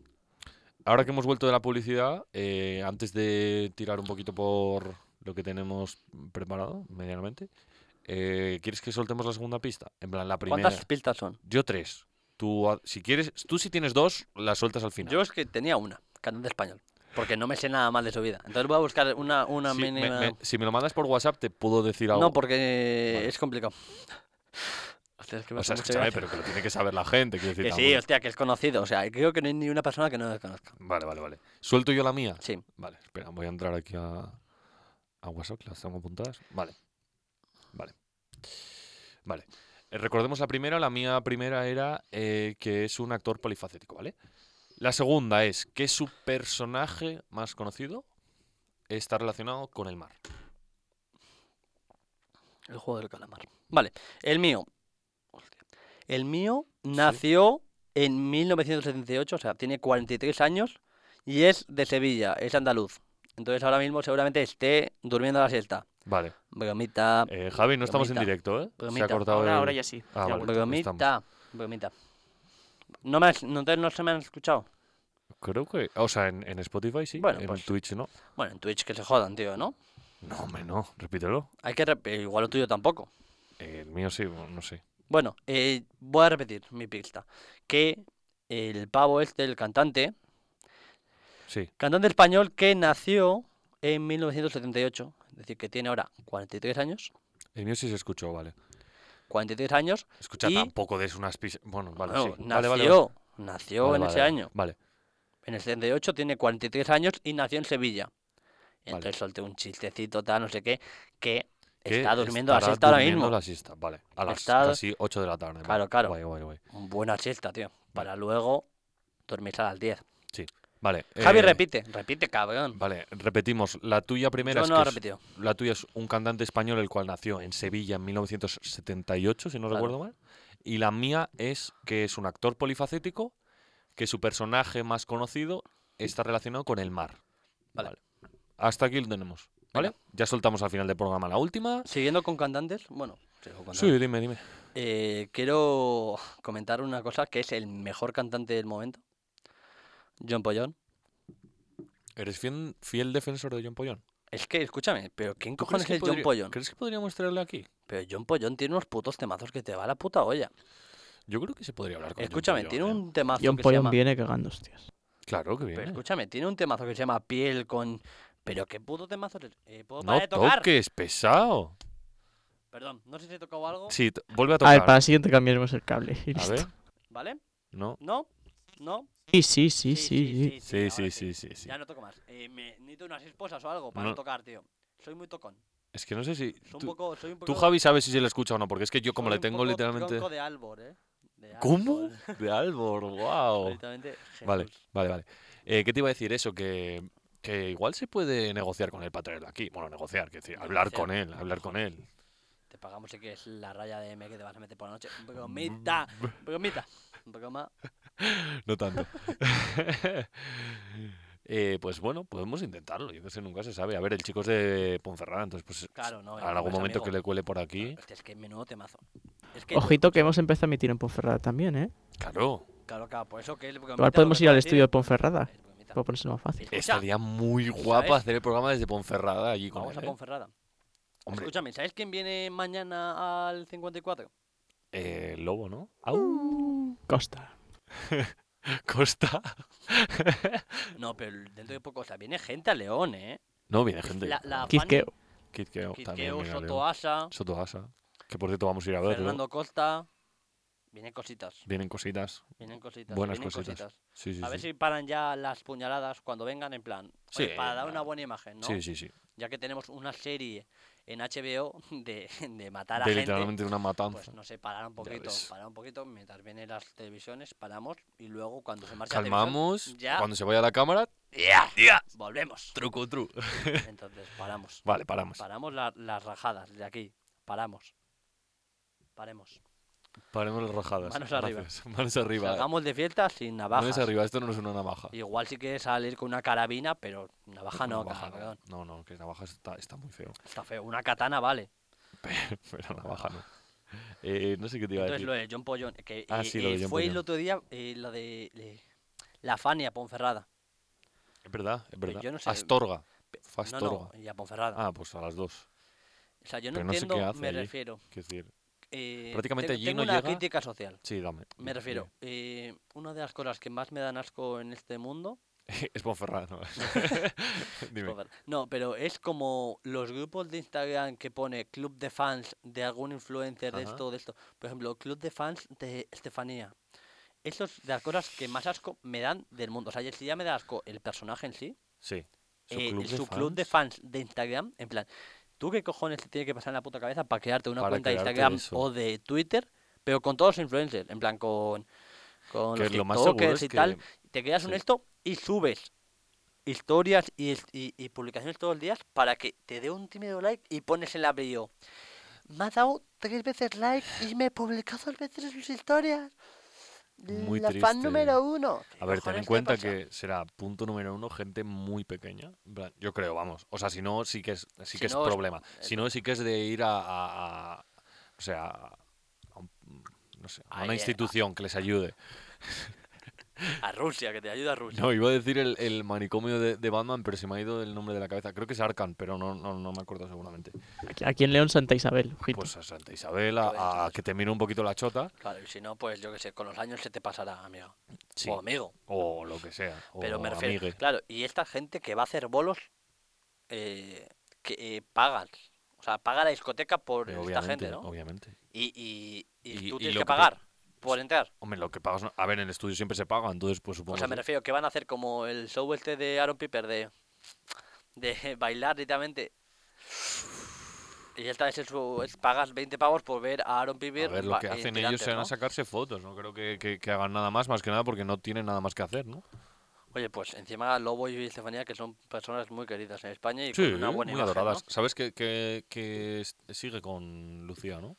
Ahora que hemos vuelto de la publicidad, eh, antes de tirar un poquito por lo que tenemos preparado, medianamente, eh, ¿quieres que soltemos la segunda pista? En plan, la primera.
¿Cuántas pistas son?
Yo tres. Tú, a- si quieres, tú si tienes dos, las sueltas al final.
Yo es que tenía una, cantante español. Porque no me sé nada más de su vida. Entonces voy a buscar una, una
si, me-
mínima.
me- si me lo mandas por WhatsApp, te puedo decir algo.
No, porque
Vale.
es complicado. Hostia, es que me
O
hace
sea,
mucha
escúchame,
gracia.
pero que lo tiene que saber la gente. quiero decir,
Que sí,
tampoco-
hostia, que es conocido. O sea, creo que no hay ni una persona que no lo conozca.
Vale, vale, vale. ¿Suelto yo la mía?
Sí.
Vale, espera, voy a entrar aquí a, a WhatsApp, que las tengo apuntadas. Vale. Vale. Vale. Eh, recordemos la primera. La mía primera era eh, que es un actor polifacético, ¿vale? La segunda es que su personaje más conocido está relacionado con el mar.
El juego del calamar. Vale, el mío. Hostia. El mío nació en 1978, o sea, tiene 43 años y es de Sevilla, es andaluz. Entonces ahora mismo seguramente esté durmiendo la siesta.
Vale.
Bromita,
Eh, Javi, no estamos en
Bromita.
directo, ¿eh? Se ha
Bromita.
cortado
Ahora,
el-
ahora ya sí.
Ah,
ya
vale.
ha vuelto.
bromita, bromita. ¿No, me has- no, te- no se me han escuchado?
Creo que... O sea, en, en Spotify sí,
Bueno,
en
pues-
Twitch no.
Bueno, en Twitch que se jodan, tío, ¿no?
No, hombre, no. Repítelo.
Hay que... rep- Igual lo tuyo tampoco.
El mío sí, bueno, no sé.
Bueno, eh, voy a repetir mi pista. Que el pavo este, el cantante,
Sí.
cantante español que nació en 1978, es decir, que tiene ahora 43 años,
El mío sí se escuchó, vale.
43 años,
Escucha,
Y-
tampoco des unas pistas. Bueno, vale, sí.
bueno,
Vale, vale, vale.
nació, nació
Vale,
en
vale,
ese
vale.
año,
Vale,
en el 78 tiene 43 años y nació en Sevilla. Entonces solté un chistecito, tal, no sé qué, que
que
está durmiendo la
estará
siesta ahora
durmiendo
mismo.
la siesta, vale. A las
Está-
casi 8 de la tarde. vale.
Claro, claro.
Guay, guay, guay.
Buena siesta, tío, para luego dormirse a las 10.
Vale.
Javi,
eh,
repite, repite, cabrón.
Vale, repetimos. La tuya primera
Yo
es
no
que
lo he
es-
repetido.
La tuya es un cantante español el cual nació en Sevilla en 1978, si no
Claro.
recuerdo mal. Y la mía es que es un actor polifacético, que su personaje más conocido está relacionado con el mar.
Vale.
Hasta aquí lo tenemos. ¿Vale? Ya soltamos al final del programa la última.
Siguiendo con cantantes, bueno, sigo con
Sí, dime, dime.
Eh, quiero comentar una cosa que es el mejor cantante del momento. John Pollón.
¿Eres fiel, fiel defensor de John Pollón?
Es que, escúchame, pero ¿quién
¿Tú
cojones
crees que
es John
podría-
Pollón?
¿Crees que podríamos traerle aquí?
Pero John Pollón tiene unos putos temazos que te va la puta olla.
Yo creo que se podría hablar con John
Escúchame,
Pollón,
tiene
¿eh?
un temazo
John
que se
Pollón
llama...
viene cagando, hostias.
Claro que
Pero
viene.
escúchame, tiene un temazo que se llama Piel con... Pero qué puto temazo... es- Eh, ¿Puedo parar
No
de tocar?
toques, pesado.
Perdón, no sé si he tocado algo,
Sí, t- vuelve a
A
tocar.
ver, para la siguiente cambiaremos el cable. y
A
listo.
ver,
¿vale?
no.
¿No? ¿No?
Sí, sí, sí, sí. sí.
Sí,
ahora
sí, sí, sí, sí.
Ya no toco más. Eh, me- necesito unas esposas o algo para
No.
no tocar, tío. Soy muy tocón.
Es que no sé si.
Soy un
Tú,
poco... Soy un
tú,
poco
Javi, sabes si se le escucha o no, porque es que yo, como
soy
le
un
tengo
poco
literalmente.
tronco de Albor, ¿eh? De
¿Cómo?
Albor,
De Albor, wow.
Literalmente,
Vale,
Jesús.
vale, vale. Eh, ¿Qué te iba a decir eso? Que, que igual se puede negociar con él para traerlo aquí. Bueno, negociar, que decir, hablar con él, hablar con él.
Te pagamos si quieres la raya de M que te vas a meter por la noche.
Mm.
Bromita, bromita. Broma.
No tanto. Eh, pues bueno, podemos intentarlo. Yo que sé, nunca se sabe. A ver, el chico es de Ponferrada, entonces pues
Claro, no.
en algún momento que le cuele por aquí.
Hostia, este es que menudo temazo. Es que.
Ojito que hemos empezado a emitir en Ponferrada también, ¿eh?
Claro,
Claro, claro, por eso que es bromita.
Igual podemos
porque
ir al
puedo
estudio de
decir-
Ponferrada.
Es bromita.
Para ponérselo más fácil.
Pues, Escucha,
estaría muy guapo
¿sabes?
hacer el programa desde Ponferrada allí Este con
Vamos a
él, ¿eh?
Ponferrada.
Hombre,
Escúchame, ¿sabes quién viene mañana al 54?
eh, el lobo,
Uh.
¿no? Au,
Costa.
Costa.
No, pero dentro de poco, o sea, viene gente a León, ¿eh?
No, viene gente.
La, la
Quisqueo.
Fan- Kid Keo
Fanny
también.
Quisqueo,
viene a León.
Sotoasa,
Sotoasa. Que por cierto vamos a ir a verlo.
Fernando Costa. Vienen cositas,
Vienen cositas.
vienen cositas.
Buenas
vienen
cositas. Sí, sí,
A
sí.
ver si paran ya las puñaladas cuando vengan, en plan.
Sí,
oye, para dar una
claro.
buena imagen, ¿no?
Sí, sí, sí.
Ya que tenemos una serie en HBO de, de matar a
De
gente.
literalmente una matanza.
Pues no sé, parar un poquito,
ves.
parar un poquito, mientras vienen las televisiones, paramos y luego cuando se marcha la televisión,
Calmamos.
ya.
Cuando se vaya la cámara,
¡ya! Volvemos.
truco, truco.
Entonces paramos.
Vale, paramos.
Paramos la- las rajadas de aquí. Paramos. Paremos.
Paremos las rajadas.
Manos arriba.
Gracias. Manos arriba.
Salgamos de fiesta sin
Manos
navajas.
arriba, esto no es una navaja.
Igual sí que salir con una carabina, pero navaja no,
Navaja, no.
cabrón.
No, no, que navaja está, está muy feo.
Está feo. Una katana vale.
Pero navaja no. Eh, no sé qué te iba a decir.
Entonces lo de John Pollón. Que,
Ah,
eh,
sí, lo de
eh,
John
fue el
Pollón.
otro día eh, lo de eh, la Fania Ponferrada.
Es verdad, es verdad.
Eh, yo no sé-
Astorga. Fue
No,
Astorga.
no, y a Ponferrada.
Ah, pues a las dos.
o sea, yo no
pero no sé qué
entiendo,
hace
me
allí.
refiero.
Quiero decir.
eh,
Prácticamente
tengo-
allí
tengo
no
una
llega-
crítica social.
Sí, dame.
Me
dime,
refiero, eh, una de las cosas que más me dan asco en este mundo
dime. Es Ponferrada, ¿no? Dime.
Joder. No, pero es como los grupos de Instagram que pone club de fans de algún influencer de
Ajá.
esto, de esto. Por ejemplo, club de fans de Estefanía. Eso es de las cosas que más asco me dan del mundo. O sea, ya- si ya me da asco el personaje en sí,
Sí.
eh, el- su club de fans de Instagram, en plan, ¿tú qué cojones te tiene que pasar en la puta cabeza para crearte una
Para
cuenta de
crearte
Instagram
eso.
o de Twitter? Pero con todos los influencers, en plan, con, con
Que
los
lo más seguro
tiktokers
es
y
que-
tal. Te quedas en
sí.
esto y subes historias y, es- y- y publicaciones todos los días para que te dé un tímido like y pones en la bio. Me ha dado tres veces like y me he publicado dos veces en sus historias.
Muy
la fan
triste.
número uno.
A ver, ten
Cojones,
en
¿qué
cuenta
pasa?
que será punto número uno, gente muy pequeña. En plan, Yo creo, vamos. O sea, si no, sí que es, sí
Si
que es
no, es-
problema. Si no, sí que es de ir a. a- a- o sea, a un- no sé, a
Ahí,
una
eh,
institución que les ayude.
A Rusia, que te ayuda a Rusia.
No, iba a decir el, el manicomio de, de Batman, pero se me ha ido el nombre de la cabeza. Creo que es Arkham, pero no, no, no me acuerdo seguramente.
Aquí, aquí en León, Santa Isabel. Ojito.
Pues a Santa Isabel, a, a que te mire un poquito la chota,
Claro, y si no, pues yo qué sé, con los años se te pasará, amigo.
sí,
O amigo.
o lo que sea.
Pero
o
me refiero.
amigue.
Claro, y esta gente que va a hacer bolos eh, que eh, pagan. O sea, paga la discoteca por
Pero Eh,
esta
obviamente,
gente, ¿no?
obviamente.
Y, y, y
Y-
tú
y lo
tienes que
que te-
pagar por entrar.
Hombre, lo que pagas. no- A ver, en el estudio siempre se paga, entonces, pues supongo.
O sea, me
que-
refiero que van a hacer como el show este de Aaron Piper de, de bailar directamente. Y esta vez es su- es- pagas 20 pavos por ver a Aaron Piper.
A ver, lo
ba-
que
en
hacen ellos
tirantes,
serán
¿no?
a sacarse fotos, no creo que, que- que hagan nada más, más que nada porque no tienen nada más que hacer, ¿no?
Oye, pues encima Lobo y Estefanía, que son personas muy queridas en España y
Sí,
con una buena
muy
imagen,
adoradas.
¿no?
Sabes que, que- que es- sigue con Lucía, ¿no?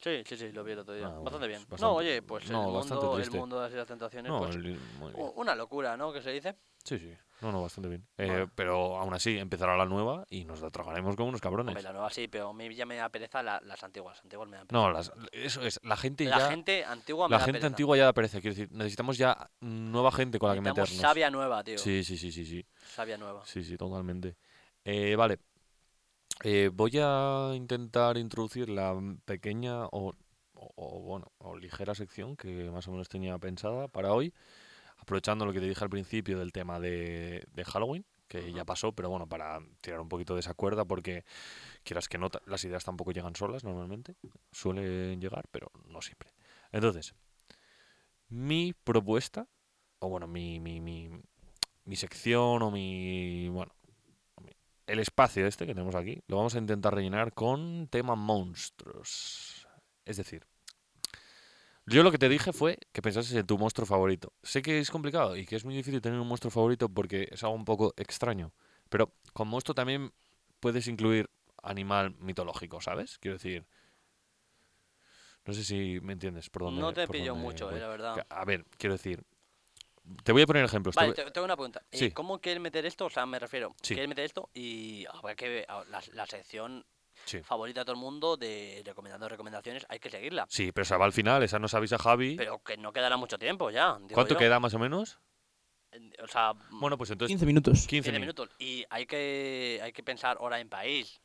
Sí, sí, sí, lo vi el otro día.
Ah, bueno,
bastante
es
bien.
bastante-
No, oye, pues
no,
el,
bastante
mundo, el
triste.
mundo de las tentaciones,
No,
pues,
el- muy bien.
u- una locura, ¿no? Que se dice.
Sí, sí. No, no, bastante bien. Eh, Pero aún así, empezará la nueva y nos la tragaremos como unos cabrones.
Hombre, la nueva sí, pero a mí ya me da pereza la- las antiguas. las antiguas me dan pereza.
No, las- eso es. La gente
la
ya.
gente antigua me
la
da
gente
pereza.
antigua ya da pereza. Quiero decir, necesitamos ya nueva gente con la que
Necesitamos
meternos.
sabia nueva, tío.
Sí, sí, sí, sí, sí.
Sabia nueva.
Sí, sí, totalmente. Eh, vale. Eh, voy a intentar introducir la pequeña o, o- o, bueno, o ligera sección que más o menos tenía pensada para hoy, aprovechando lo que te dije al principio del tema de, de Halloween, que ya pasó, pero bueno, para tirar un poquito de esa cuerda, porque quieras que no, ta- las ideas tampoco llegan solas normalmente, suelen llegar, pero no siempre. Entonces, mi propuesta, o bueno, mi, mi, mi, mi sección o mi. Bueno, mi- el espacio este que tenemos aquí lo vamos a intentar rellenar con tema monstruos. Es decir, yo lo que te dije fue que pensases en tu monstruo favorito. Sé que es complicado y que es muy difícil tener un monstruo favorito porque es algo un poco extraño. Pero con monstruo también puedes incluir animal mitológico, ¿sabes? Quiero decir. No sé si me entiendes por dónde.
No te
por
pillo
dónde
mucho, eh,
voy.
la verdad.
Que- A ver, quiero decir. Te voy a poner ejemplos. pues te
Vale,
voy-
te- tengo una pregunta. Eh,
Sí.
¿Cómo quieres meter esto? O sea, me refiero,
Sí.
quieres meter esto y habrá que ver ah, la, la sección
Sí.
favorita de todo el mundo de recomendando recomendaciones, hay que seguirla.
Sí, pero se va al final, esa nos avisa Javi.
Pero que no quedará mucho tiempo ya. digo
¿Cuánto
yo.
queda más o menos?
Eh, O sea, mm,
Bueno, pues entonces
15 minutos.
15
15
minutos.
minutos. Y hay que, hay que pensar hora en país.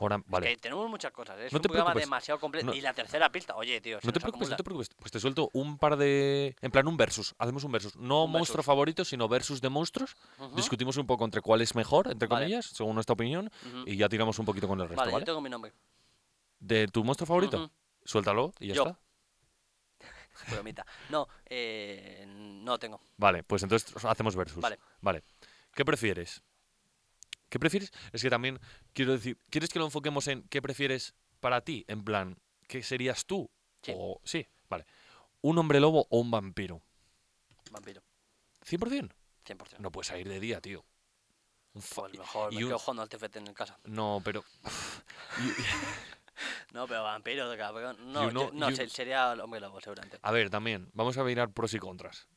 Ahora, vale.
Que tenemos muchas cosas. ¿eh? Es
No
un
te
programa
preocupes.
demasiado completo.
No-
Y la tercera pista, oye, tío. se
No te
nos
preocupes, no
acumula.
te preocupes. Pues te suelto un par de... En plan, un versus. Hacemos un versus. No
Un
monstruo
versus.
favorito, sino versus de monstruos.
Ujú.
Discutimos un poco entre cuál es mejor, entre
Vale.
comillas, según nuestra opinión.
Ujú.
Y ya tiramos un poquito con el resto,
Vale,
¿vale?
yo tengo mi nombre.
¿De tu monstruo favorito?
Ujú.
Suéltalo y ya
Yo.
está.
Bromita. No, eh, no tengo.
Vale, pues entonces hacemos versus.
Vale.
¿Qué prefieres? ¿Qué prefieres? Es que también quiero decir, ¿quieres que lo enfoquemos en qué prefieres para ti? En plan, ¿qué serías tú?
Sí.
O, sí, vale. ¿Un hombre lobo o un vampiro?
Vampiro.
100%.
100%.
No puedes salir de día, tío. Un fa-
Pues mejor,
y
me
un-
quedo jugando al TFT en casa.
No, pero. y-
No, pero vampiro, cabrón. No,
You know-
yo- no
you-
se- sería el hombre lobo, seguramente.
a ver, también, vamos a mirar pros y contras.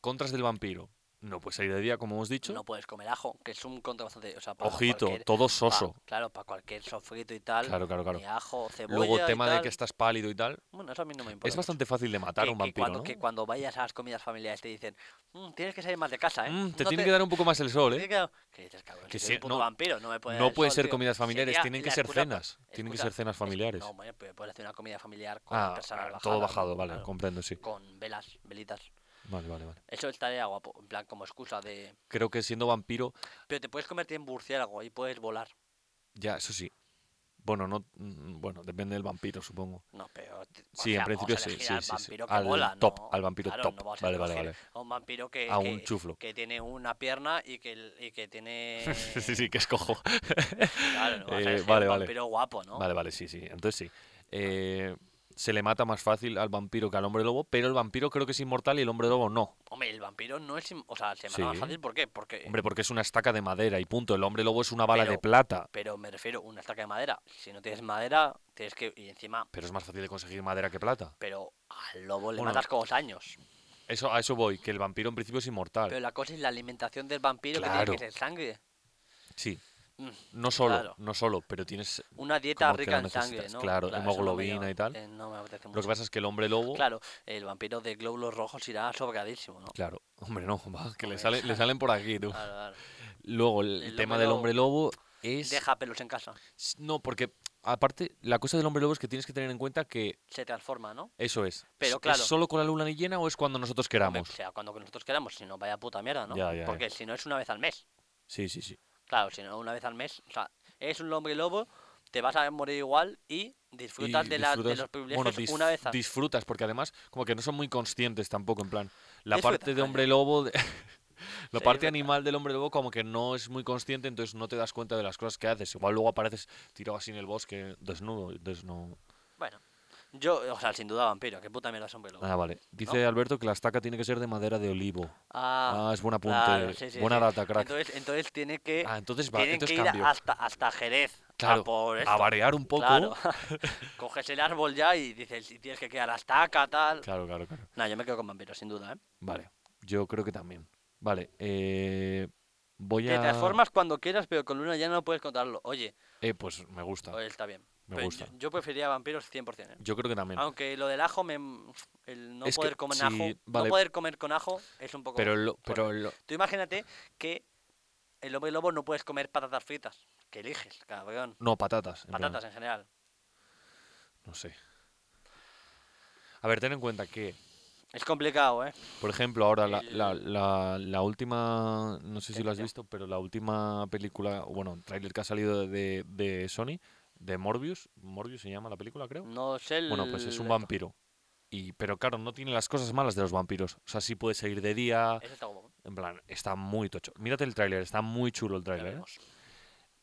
Contras del vampiro. No puedes salir de día, como hemos dicho.
No puedes comer ajo, que es un contra bastante. O sea, para
Ojito,
cualquier-
todo
pa-
soso.
claro, para cualquier sofrito y tal.
Claro, claro, claro.
Ni ajo, cebolla.
Luego,
y
tema de
tal.
que estás pálido y tal.
Bueno, eso a mí no me importa.
Es
mucho.
bastante fácil de matar
que,
a un
que
vampiro,
cuando,
¿no?
que cuando vayas a las comidas familiares te dicen, "Mm, tienes que salir más de casa, ¿eh?
Mm, te
No
tiene que dar un poco más el sol,
tiene
¿eh?
que dar- ¿Qué dices, cabrón?
Que
Si
sí,
soy un puto
no-
vampiro, no me puede dar
no
el
puede
sol,
ser
tío".
comidas familiares,
Sería
tienen que
la
ser
excusa pa-
cenas, tienen que
excusa-
ser cenas
es-
familiares.
no, bueno, pero puedes hacer una comida familiar con
Ah,
personas
ah, todo
bajadas,
bajado, vale,
claro,
comprendo, sí.
con velas, velitas.
Vale, vale, vale.
Eso estaría guapo, en plan como excusa de...
Creo que siendo vampiro,
Pero te puedes convertir en burciélago y puedes volar.
ya, eso sí. Bueno, no, mm, bueno, depende del vampiro, supongo.
No, pero... te- o
Sí, en
sea, vamos
principio
a
sí,
elegir
sí,
al
sí, sí.
vampiro que
Al
vola,
top,
¿no?
al vampiro
Claro,
top.
no vamos a
Vale, vale,
elegir
vale.
A un vampiro que...
A un
que-
chuflo.
Que tiene una pierna y que, el- y que tiene...
sí, sí, que escojo.
Claro, no vas a
Eh,
elegir
vale,
un
vale.
vampiro guapo, ¿no?
Vale, vale, sí, sí. Entonces sí. Eh, se le mata más fácil al vampiro que al hombre lobo, pero el vampiro creo que es inmortal y el hombre lobo no.
Hombre, el vampiro no es... im- O sea, se me da más
Sí.
fácil, ¿por qué? Porque...
Hombre, porque es una estaca de madera y punto. El hombre lobo es una bala de
Eh. Pero-
plata.
Pero me refiero, una estaca de madera. Si no tienes madera, tienes que... Y encima...
Pero es más fácil de conseguir madera que plata.
Pero al lobo le
Bueno.
matas con los años.
Eso, a eso voy, que el vampiro en principio es inmortal.
Pero la cosa es la alimentación del vampiro que
Claro.
tiene que ser sangre.
Sí.
Mm,
No solo,
claro.
no solo, pero tienes.
Una dieta
como que
rica
lo
en sangre,
necesitas.
¿no?
Claro,
Claro, eso no me
hemoglobina
llama-
y tal.
eh, no me apetece mucho.
Lo que pasa es que el hombre lobo.
Claro, el vampiro de glóbulos rojos irá sobradísimo, ¿no?
Claro. Hombre, no, va, que
Hombre,
le, sale- le salen por aquí, tú.
Claro, claro.
Luego, el,
El
tema
hombre
del
lobo.
hombre lobo es.
Deja pelos en casa.
s- No, porque aparte, la cosa del hombre lobo es que tienes que tener en cuenta que
Se transforma, ¿no?
eso es.
Pero
¿Es
claro.
solo con la luna llena o es cuando nosotros
Hombre,
queramos?
O sea, cuando nosotros queramos, si no, vaya puta mierda, ¿no?
Ya, ya, ya.
Porque si no es una vez al mes.
Sí, sí, sí.
Claro, si no una vez al mes, o sea, es un hombre lobo, te vas a morir igual y disfrutas,
Y
de, la- de
disfrutas-
los privilegios
bueno, dis-
una vez al mes.
Disfrutas, porque además, como que no son muy conscientes tampoco, en plan. La
Disfruta,
parte de
coño.
hombre lobo. de- La
Sí,
parte
disfruta.
animal del hombre lobo como que no es muy consciente, entonces no te das cuenta de las cosas que haces. Igual luego apareces tirado así en el bosque, desnudo, entonces no-
Bueno, yo, o sea, sin duda vampiro, qué puta mierda es hombre lobo.
Ah, vale. Dice Alberto que la estaca tiene que ser de madera de olivo.
Ah,
Ah, es buen apunte.
claro, sí, sí,
Buena
sí.
data, crack.
Entonces, entonces tiene que,
ah, entonces va,
tienen
entonces
que ir
cambio.
hasta, hasta Jerez
Claro, Ah,
a por esto.
A variar un poco.
Claro. Coges el árbol ya y dices, si tienes que quedar hasta acá, tal.
claro, claro, claro.
No, yo me quedo con vampiro, sin duda, ¿eh?
Vale. Yo creo que también. Vale, eh, voy a...
Te transformas cuando quieras, pero con Luna ya no puedes contarlo. Oye,
Eh, pues me gusta,
oye, está bien.
me
Pero
gusta.
Yo, yo preferiría vampiros 100%. ¿eh?
Yo creo que también.
Aunque lo del ajo, me, el no
Es que
poder comer
si-
ajo,
vale.
no poder comer con ajo es un poco.
Pero, lo-
fuerte.
pero lo-
Tú imagínate que el hombre lobo no puedes comer patatas fritas, que eliges, cabrón.
No, patatas. en plan,
Patatas eh. en general.
No sé. A ver, ten en cuenta que,
Es complicado, ¿eh?
por ejemplo, ahora la,
El-
la- la- la última, no sé si lo has
Bestia.
visto, pero la última película, o bueno, tráiler que ha salido de, de Sony, de Morbius, Morbius se llama la película, creo.
No sé el...
Bueno, pues es un
esto.
vampiro. Y, pero claro, no tiene las cosas malas de los vampiros. O sea, sí puede seguir de día.
Eso está guapo.
En plan, está muy tocho. Mírate el tráiler, está muy chulo el
ya
tráiler. ¿eh?
veremos.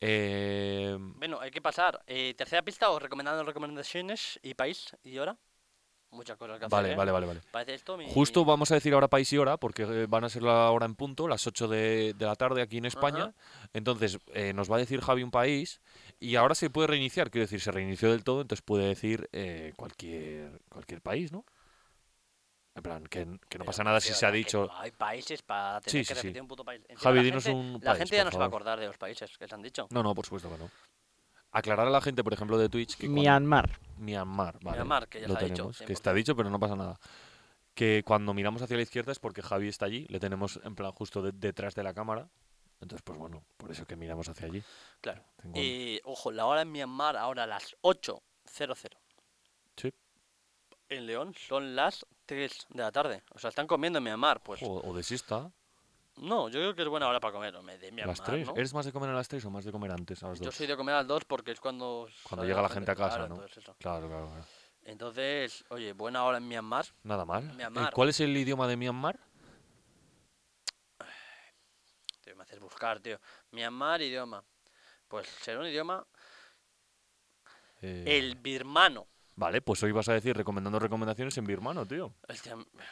Eh,
Bueno, hay que pasar. Eh, tercera pista o recomendando recomendaciones y país y hora. Muchas cosas que hacer.
vale,
¿eh?
vale, vale, vale.
Parece esto mi...
Justo vamos a decir ahora país y hora, porque eh, van a ser la hora en punto, las 8 de, de la tarde aquí en España. Entonces, eh, nos va a decir Javi un país y ahora se puede reiniciar. Quiero decir, se reinició del todo, entonces puede decir eh, cualquier, cualquier país, ¿no? En plan, que, n- que no
Pero
pasa nada si
prefiero
se ha
que
dicho.
no hay países para tener
Sí,
que
sí, sí.
repetir un puto país. Encima
Javi,
la
dinos
gente-
un
La
país,
gente ya
por
no se
favor.
va a
Mm,
acordar de los países que se han dicho.
No, no, por supuesto que no. Aclarar a la gente, por ejemplo, de Twitch que. cuando-
Myanmar.
Myanmar, vale.
Myanmar, que ya
lo
está dicho,
tenemos, que
100%.
está dicho, pero no pasa nada. Que cuando miramos hacia la izquierda es porque Javi está allí, le tenemos en plan justo de- detrás de la cámara. Entonces, pues bueno, por eso que miramos hacia allí.
Claro.
Ten cuenta.
Y, ojo, la hora en Myanmar ahora a las 8.00.
Sí.
En León son las 3 de la tarde. O sea, están comiendo en Myanmar, pues.
o, o de siesta,
No, yo creo que es buena hora para comer. hombre, De Myanmar,
las tres.
¿no?
¿Eres más de comer a las tres o más de comer antes a las
Yo
dos?
soy de comer a las 2 porque es cuando.
Cuando
sale
llega la gente a casa,
claro,
¿no?
entonces eso.
Claro, claro, claro.
Entonces, oye, buena hora en Myanmar.
Nada mal. Eh,
Myanmar.
¿Cuál es el idioma de Myanmar?
Tío, me haces buscar, tío. Myanmar, idioma. Pues será un idioma.
Eh,
El birmano.
Vale, pues hoy vas a decir recomendando recomendaciones en birmano, tío.
Hostia, m-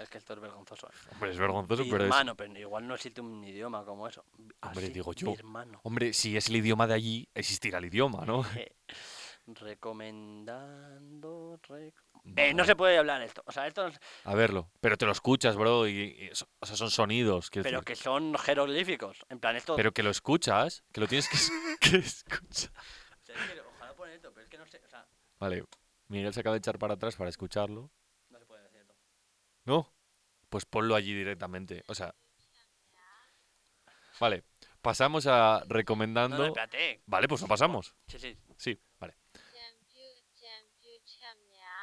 Es que esto es vergonzoso. ¿eh?
Hombre, es vergonzoso, pero es...
Birmano, pero igual no existe un idioma como eso. Bi-
Hombre,
así,
digo yo.
Birmano.
Hombre, si es el idioma de allí, existirá el idioma, ¿no?
Eh, Recomendando. rec- Eh, no se puede hablar esto. O sea, esto no es-
A verlo. Pero te lo escuchas, bro. Y, y so- o sea, son sonidos. quiero
Pero
decir.
que son jeroglíficos. En plan, esto.
pero que lo escuchas, que lo tienes que, es- que escuchar.
O sea, es que ojalá poner esto, pero es que no sé. O sea,
Vale. Miguel se acaba de echar para atrás para escucharlo.
no se puede decir esto.
¿No? Pues ponlo allí directamente. O sea. Vale. Pasamos a
No,
recomendando.
no, espérate.
Vale, pues lo pasamos.
Sí, sí.
Sí, vale.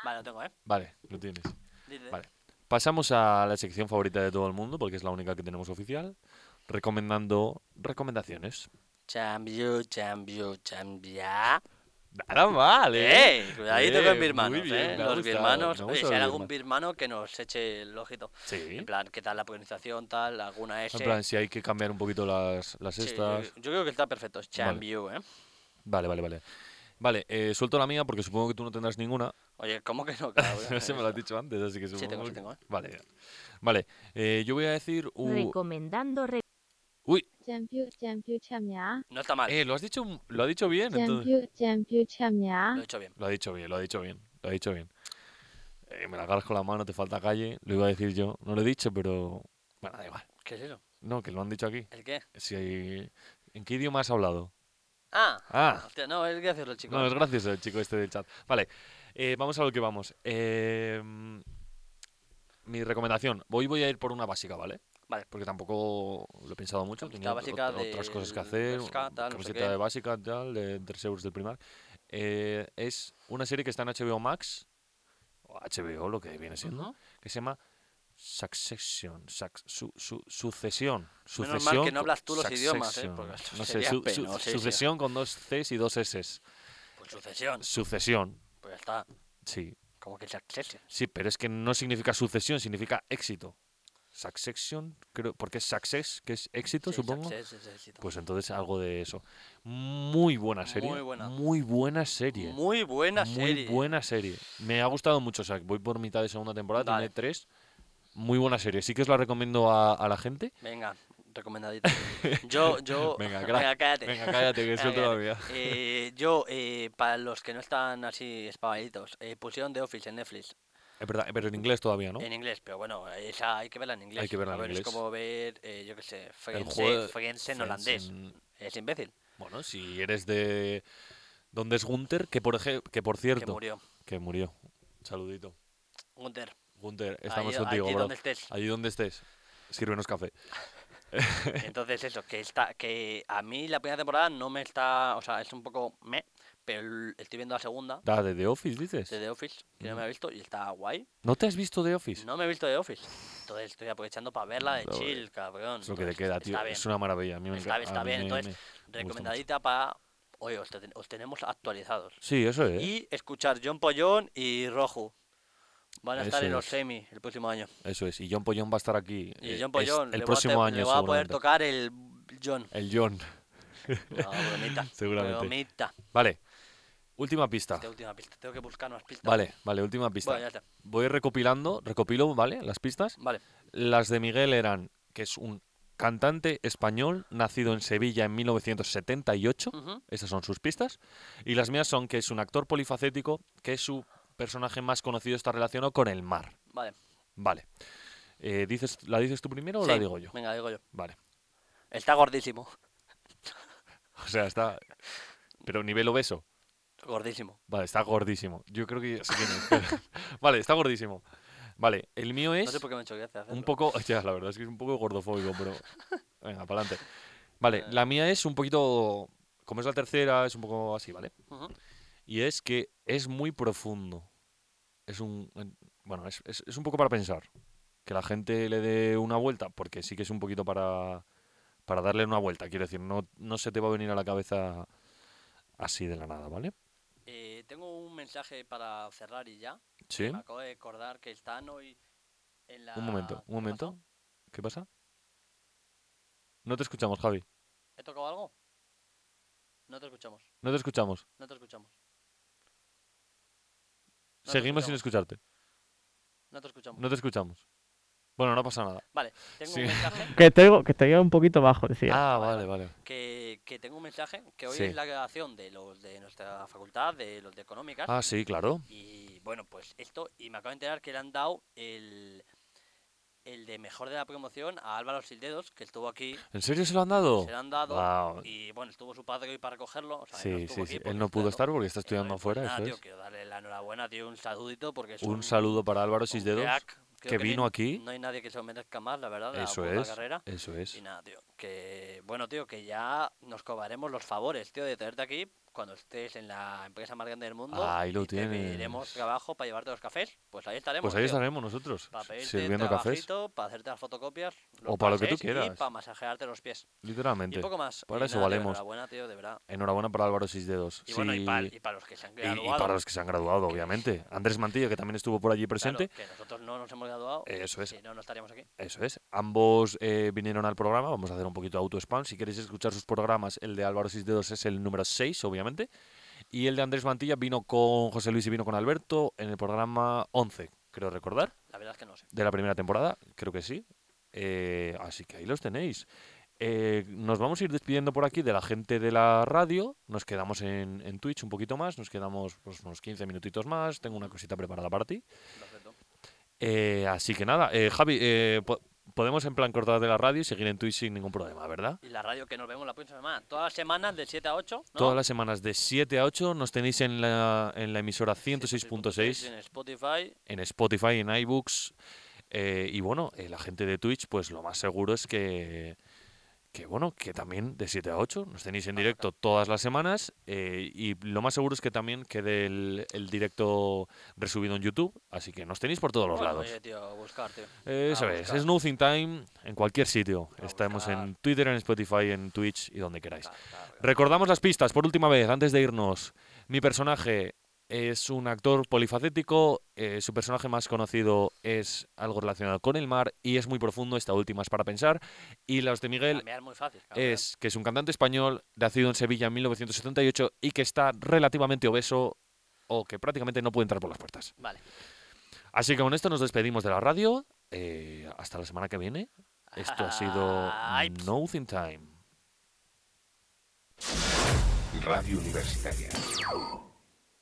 Vale, lo tengo, ¿eh?
Vale, lo tienes.
Dile.
Vale. Pasamos a la sección favorita de todo el mundo, porque es la única que tenemos oficial. Recomendando recomendaciones.
Champion, champion, champion.
Nada mal, ¿eh?
Eh, cuidadito
Eh,
con
muy
birmanos,
bien,
eh.
me ha
Los
gustado,
birmanos,
me ha
oye,
gustado
si hay
el birmano.
algún birmano que nos eche el ojito.
Sí.
En plan, ¿qué tal la pronunciación, tal? ¿Alguna S?
En plan, si hay que cambiar un poquito las, las
Sí, yo-
estas.
yo, creo que está perfecto. Champion, eh.
Vale, vale, vale. Vale, eh, suelto la mía porque supongo que tú no tendrás ninguna.
Oye, ¿cómo que no? cabrón?
Se me lo has dicho antes, así que supongo.
tengo, sí
que-
tengo, ¿eh?
Vale, bien. vale. eh, yo voy a decir. u-
Recomendando re
Uy,
Champion, champion, chamia.
No está mal,
eh, lo has dicho, lo ha dicho bien, entonces.
Champion, champion, chamia.
lo he hecho bien.
Lo ha dicho bien, lo ha dicho bien, lo ha dicho bien. Eh, me la agarras con la mano, te falta calle. Lo iba a decir yo. No lo he dicho, pero. Bueno, da igual.
¿Qué es eso?
No, que lo han dicho aquí.
¿El qué?
Si hay- ¿En qué idioma has hablado?
Ah,
Ah.
hostia, no, es gracioso el chico.
No, es gracioso el chico este del chat. Vale, eh, vamos a lo que vamos. Eh, mm, mi recomendación, hoy voy a ir por una básica, ¿vale?
Vale.
Porque tampoco lo he pensado mucho.
Camiseta
Tenía
básica
ot- otras cosas que
del
hacer.
Bershka,
un-
tal, no sé
camiseta
qué.
de básica, tal, de 3 euros del primar. Eh, es una serie que está en HBO Max, o HBO, lo que viene siendo, que se llama Succession. Suc- su- su- sucesión.
Menos mal
Sucesión.
que no
co-
hablas tú los idiomas, ¿eh?
Succession.
Porque esto
no sé,
sería ¿eh?
su- su-
penosísimo.
sucesión con dos Cs y dos Ss.
Pues sucesión.
Sucesión,
Pues ya está.
sí.
Como que succession.
Sí, pero es que no significa sucesión, significa éxito. Succession, creo, porque es success, que es éxito,
Sí,
supongo.
success es éxito.
Pues entonces algo de eso. Muy buena serie.
Muy buena.
Muy buena serie.
Muy buena
Muy
serie. ¿eh?
buena serie. Me ha gustado mucho, o sea, voy por mitad de segunda temporada,
Vale.
tiene tres. Muy buena serie. Sí que os la recomiendo a, a la gente.
Venga, recomendadita. Yo, yo.
Venga, gra-
venga cállate.
Venga, cállate, que
Venga,
suelto la
cállate.
mía.
Eh, yo, eh, para los que no están así espavaditos, eh, pusieron The Office en Netflix.
Es verdad, pero en inglés todavía, ¿no?
En inglés, pero bueno, esa hay que verla en inglés.
que verla
A
en
ver,
inglés.
Es como ver, eh, yo qué sé,
El
Friends,
juego-
Friends en
Friends
holandés.
en-
Es imbécil,
Bueno, si eres de donde es Gunther, que por ej- que por cierto,
que murió.
que murió. Saludito.
Gunther,
Gunther, estamos
allí,
contigo,
allí
bro.
donde estés.
Allí donde estés, sírvenos café.
Entonces eso, que está, que a mí la primera temporada no me está, o sea, es un poco me, pero el- estoy viendo la segunda
Da, Ah, de The Office, dices.
de The Office, que no me
Mm.
ha visto y está guay.
¿No te has visto The Office?
No me he visto The Office. Entonces estoy aprovechando para verla de
No, eh,
chill, cabrón.
Es lo que te
Entonces,
queda,
está
tío.
bien.
Es una maravilla. A mí me
Está
enca-
bien,
a
está
mí
bien.
me-
Entonces,
me- me gusta mucho.
recomendadita para... Oye, os, te- os tenemos actualizados.
Sí, eso es.
Y escuchar John Pollón y Rojo. Van a estar
Eso
en los
es.
semi el próximo año.
Eso es. Y John Pollón va a estar aquí. eh,
Y
es
John Pollón,
El
le
próximo
va a, te-
año,
le va a poder
seguramente.
tocar el John.
El John,
No, bromita.
seguramente. Ah.
Bromita.
Vale. Última pista.
Esta última pista. Tengo que buscar más pistas.
Vale, vale, última pista.
Bueno, ya está.
Voy recopilando, recopilo, ¿vale? Las pistas.
Vale.
Las de Miguel eran que es un cantante español nacido en Sevilla en 1978.
Ujú.
Esas son sus pistas. Y las mías son que es un actor polifacético, que su personaje más conocido está relacionado con el mar.
Vale.
Vale. Eh, dices, ¿La dices tú primero o la
Sí,
digo yo?
Venga, digo yo.
Vale.
Está gordísimo.
O sea, está... Pero nivel obeso.
Gordísimo.
Vale, está gordísimo. Yo creo que ya sé quién es, pero- vale, está gordísimo. Vale, el mío es...
No sé por qué me he hecho gracia.
Un
hacerlo.
poco, ya, la verdad es que es un poco gordofóbico, pero venga, para adelante. Vale, la mía es un poquito, como es la tercera, es un poco así, ¿vale?
Ujú.
Y es que es muy profundo. Es un, en- bueno, es, es- es un poco para pensar. Que la gente le dé una vuelta, porque sí que es un poquito para, para darle una vuelta. Quiero decir, no, no se te va a venir a la cabeza así de la nada, ¿vale?
Eh, tengo un mensaje para cerrar y ya.
Sí.
Me acabo de acordar que están hoy en la...
Un momento,
ah, ¿Qué
un
ha
momento.
pasado?
¿Qué pasa? No te escuchamos, Javi.
¿He tocado algo? No te escuchamos,
No te escuchamos.
no te escuchamos. No te
Seguimos sin
escuchamos,
escucharte.
No te escuchamos.
No te escuchamos. Bueno, no pasa nada.
Vale, tengo
Sí.
un mensaje
Que te oigo- que te oigo un poquito bajo, decía.
Ah, vale, vale.
que, que tengo un mensaje que hoy
Sí.
es la graduación de los de nuestra facultad, de los de económicas.
Ah, sí, claro.
Y bueno, pues esto, y me acabo de enterar que le han dado el, el de mejor de la promoción a Álvaro Sildedos, que estuvo aquí,
¿En serio se lo han dado?
se lo han dado.
Guau.
Y bueno, estuvo su padre hoy para recogerlo. o sea, él no
Sí,
estuvo
sí,
aquí
sí.
porque
Él no pudo
claro,
estar porque está
eh,
estudiando
pues
afuera,
nada,
eso
tío,
es.
quiero darle la enhorabuena, tío, un saludito porque es
Un saludo para Álvaro
un
Sisdedos,
crack. Creo
que vino
no-
aquí.
No hay nadie que se lo merezca más, la verdad, de la
Eso
puta
es.
carrera.
Eso
Y
es.
nada, tío, que bueno, tío, que ya nos cobraremos los favores, tío, de tenerte aquí cuando estés en la empresa más grande del mundo.
Ahí lo
y te pediremos
tienes.
trabajo para llevarte los cafés. Pues ahí estaremos.
Pues ahí
tío,
estaremos nosotros,
Para pedirte
sirviendo cafés,
trabajito, para hacerte las fotocopias. los
O para lo que tú
pases Y
quieras.
para masajearte los pies. Y
literalmente.
poco más.
Para
Y
eso
nada, tío,
valemos.
Enhorabuena, tío, de verdad.
Enhorabuena para Álvaro Sisdedos.
Y bueno, y
Sí,
para, y para los que se han
y- y
graduado.
para los que se han graduado, obviamente. Andrés Mantilla, que también estuvo por allí
claro,
presente.
que nosotros no nos hemos graduado.
Eso es.
Si no, no estaríamos aquí.
Eso es. Ambos eh, vinieron al programa. Vamos a hacer un poquito de auto-spam. Si queréis escuchar sus programas, el de Álvaro Sisdedos es el número 6, obviamente. Y el de Andrés Mantilla vino con José Luis y vino con Alberto en el programa 11, creo recordar,
La verdad es que no sé.
de la primera temporada. Creo que sí. Eh, así que ahí los tenéis. Eh, nos vamos a ir despidiendo por aquí de la gente de la radio. Nos quedamos en, en Twitch un poquito más. Nos quedamos pues, unos 15 minutitos más. Tengo una cosita preparada para ti.
Perfecto.
Eh, así que nada, eh, Javi, eh, po- podemos en plan cortar de la radio y seguir en Twitch sin ningún problema, ¿verdad?
Y la radio que nos vemos la próxima semana. Todas las semanas de 7 a 8. ¿no?
Todas las semanas de 7 a 8 nos tenéis en la, en la emisora 106.6,
En Spotify.
en Spotify, en iBooks. eh, y bueno, eh, la gente de Twitch, pues lo más seguro es que, que bueno, que también de 7 a 8 nos tenéis en
Vale,
directo todas las semanas. eh, y lo más seguro es que también quede el, el directo resubido en YouTube. Así que nos tenéis por todos los
Bueno,
lados. Eh,
oye, tío, buscar, tío.
Eso
A
es,
buscar.
es Nothing Time en cualquier sitio.
A
Estamos en
buscar.
Twitter, en Spotify, en Twitch y donde queráis.
Claro, claro, claro.
Recordamos las pistas por última vez antes de irnos. Mi personaje es un actor polifacético, eh, su personaje más conocido es algo relacionado con el mar y es muy profundo, esta última es para pensar. Y las de Miguel
Cambiar es muy fácil. cabrón.
es que es un cantante español nacido en Sevilla en 1978 y que está relativamente obeso o que prácticamente no puede entrar por las puertas.
Vale.
Así que con esto nos despedimos de la radio. eh, hasta la semana que viene. Esto ha sido
Ay, ps.
Nothing Time.
Radio Universitaria.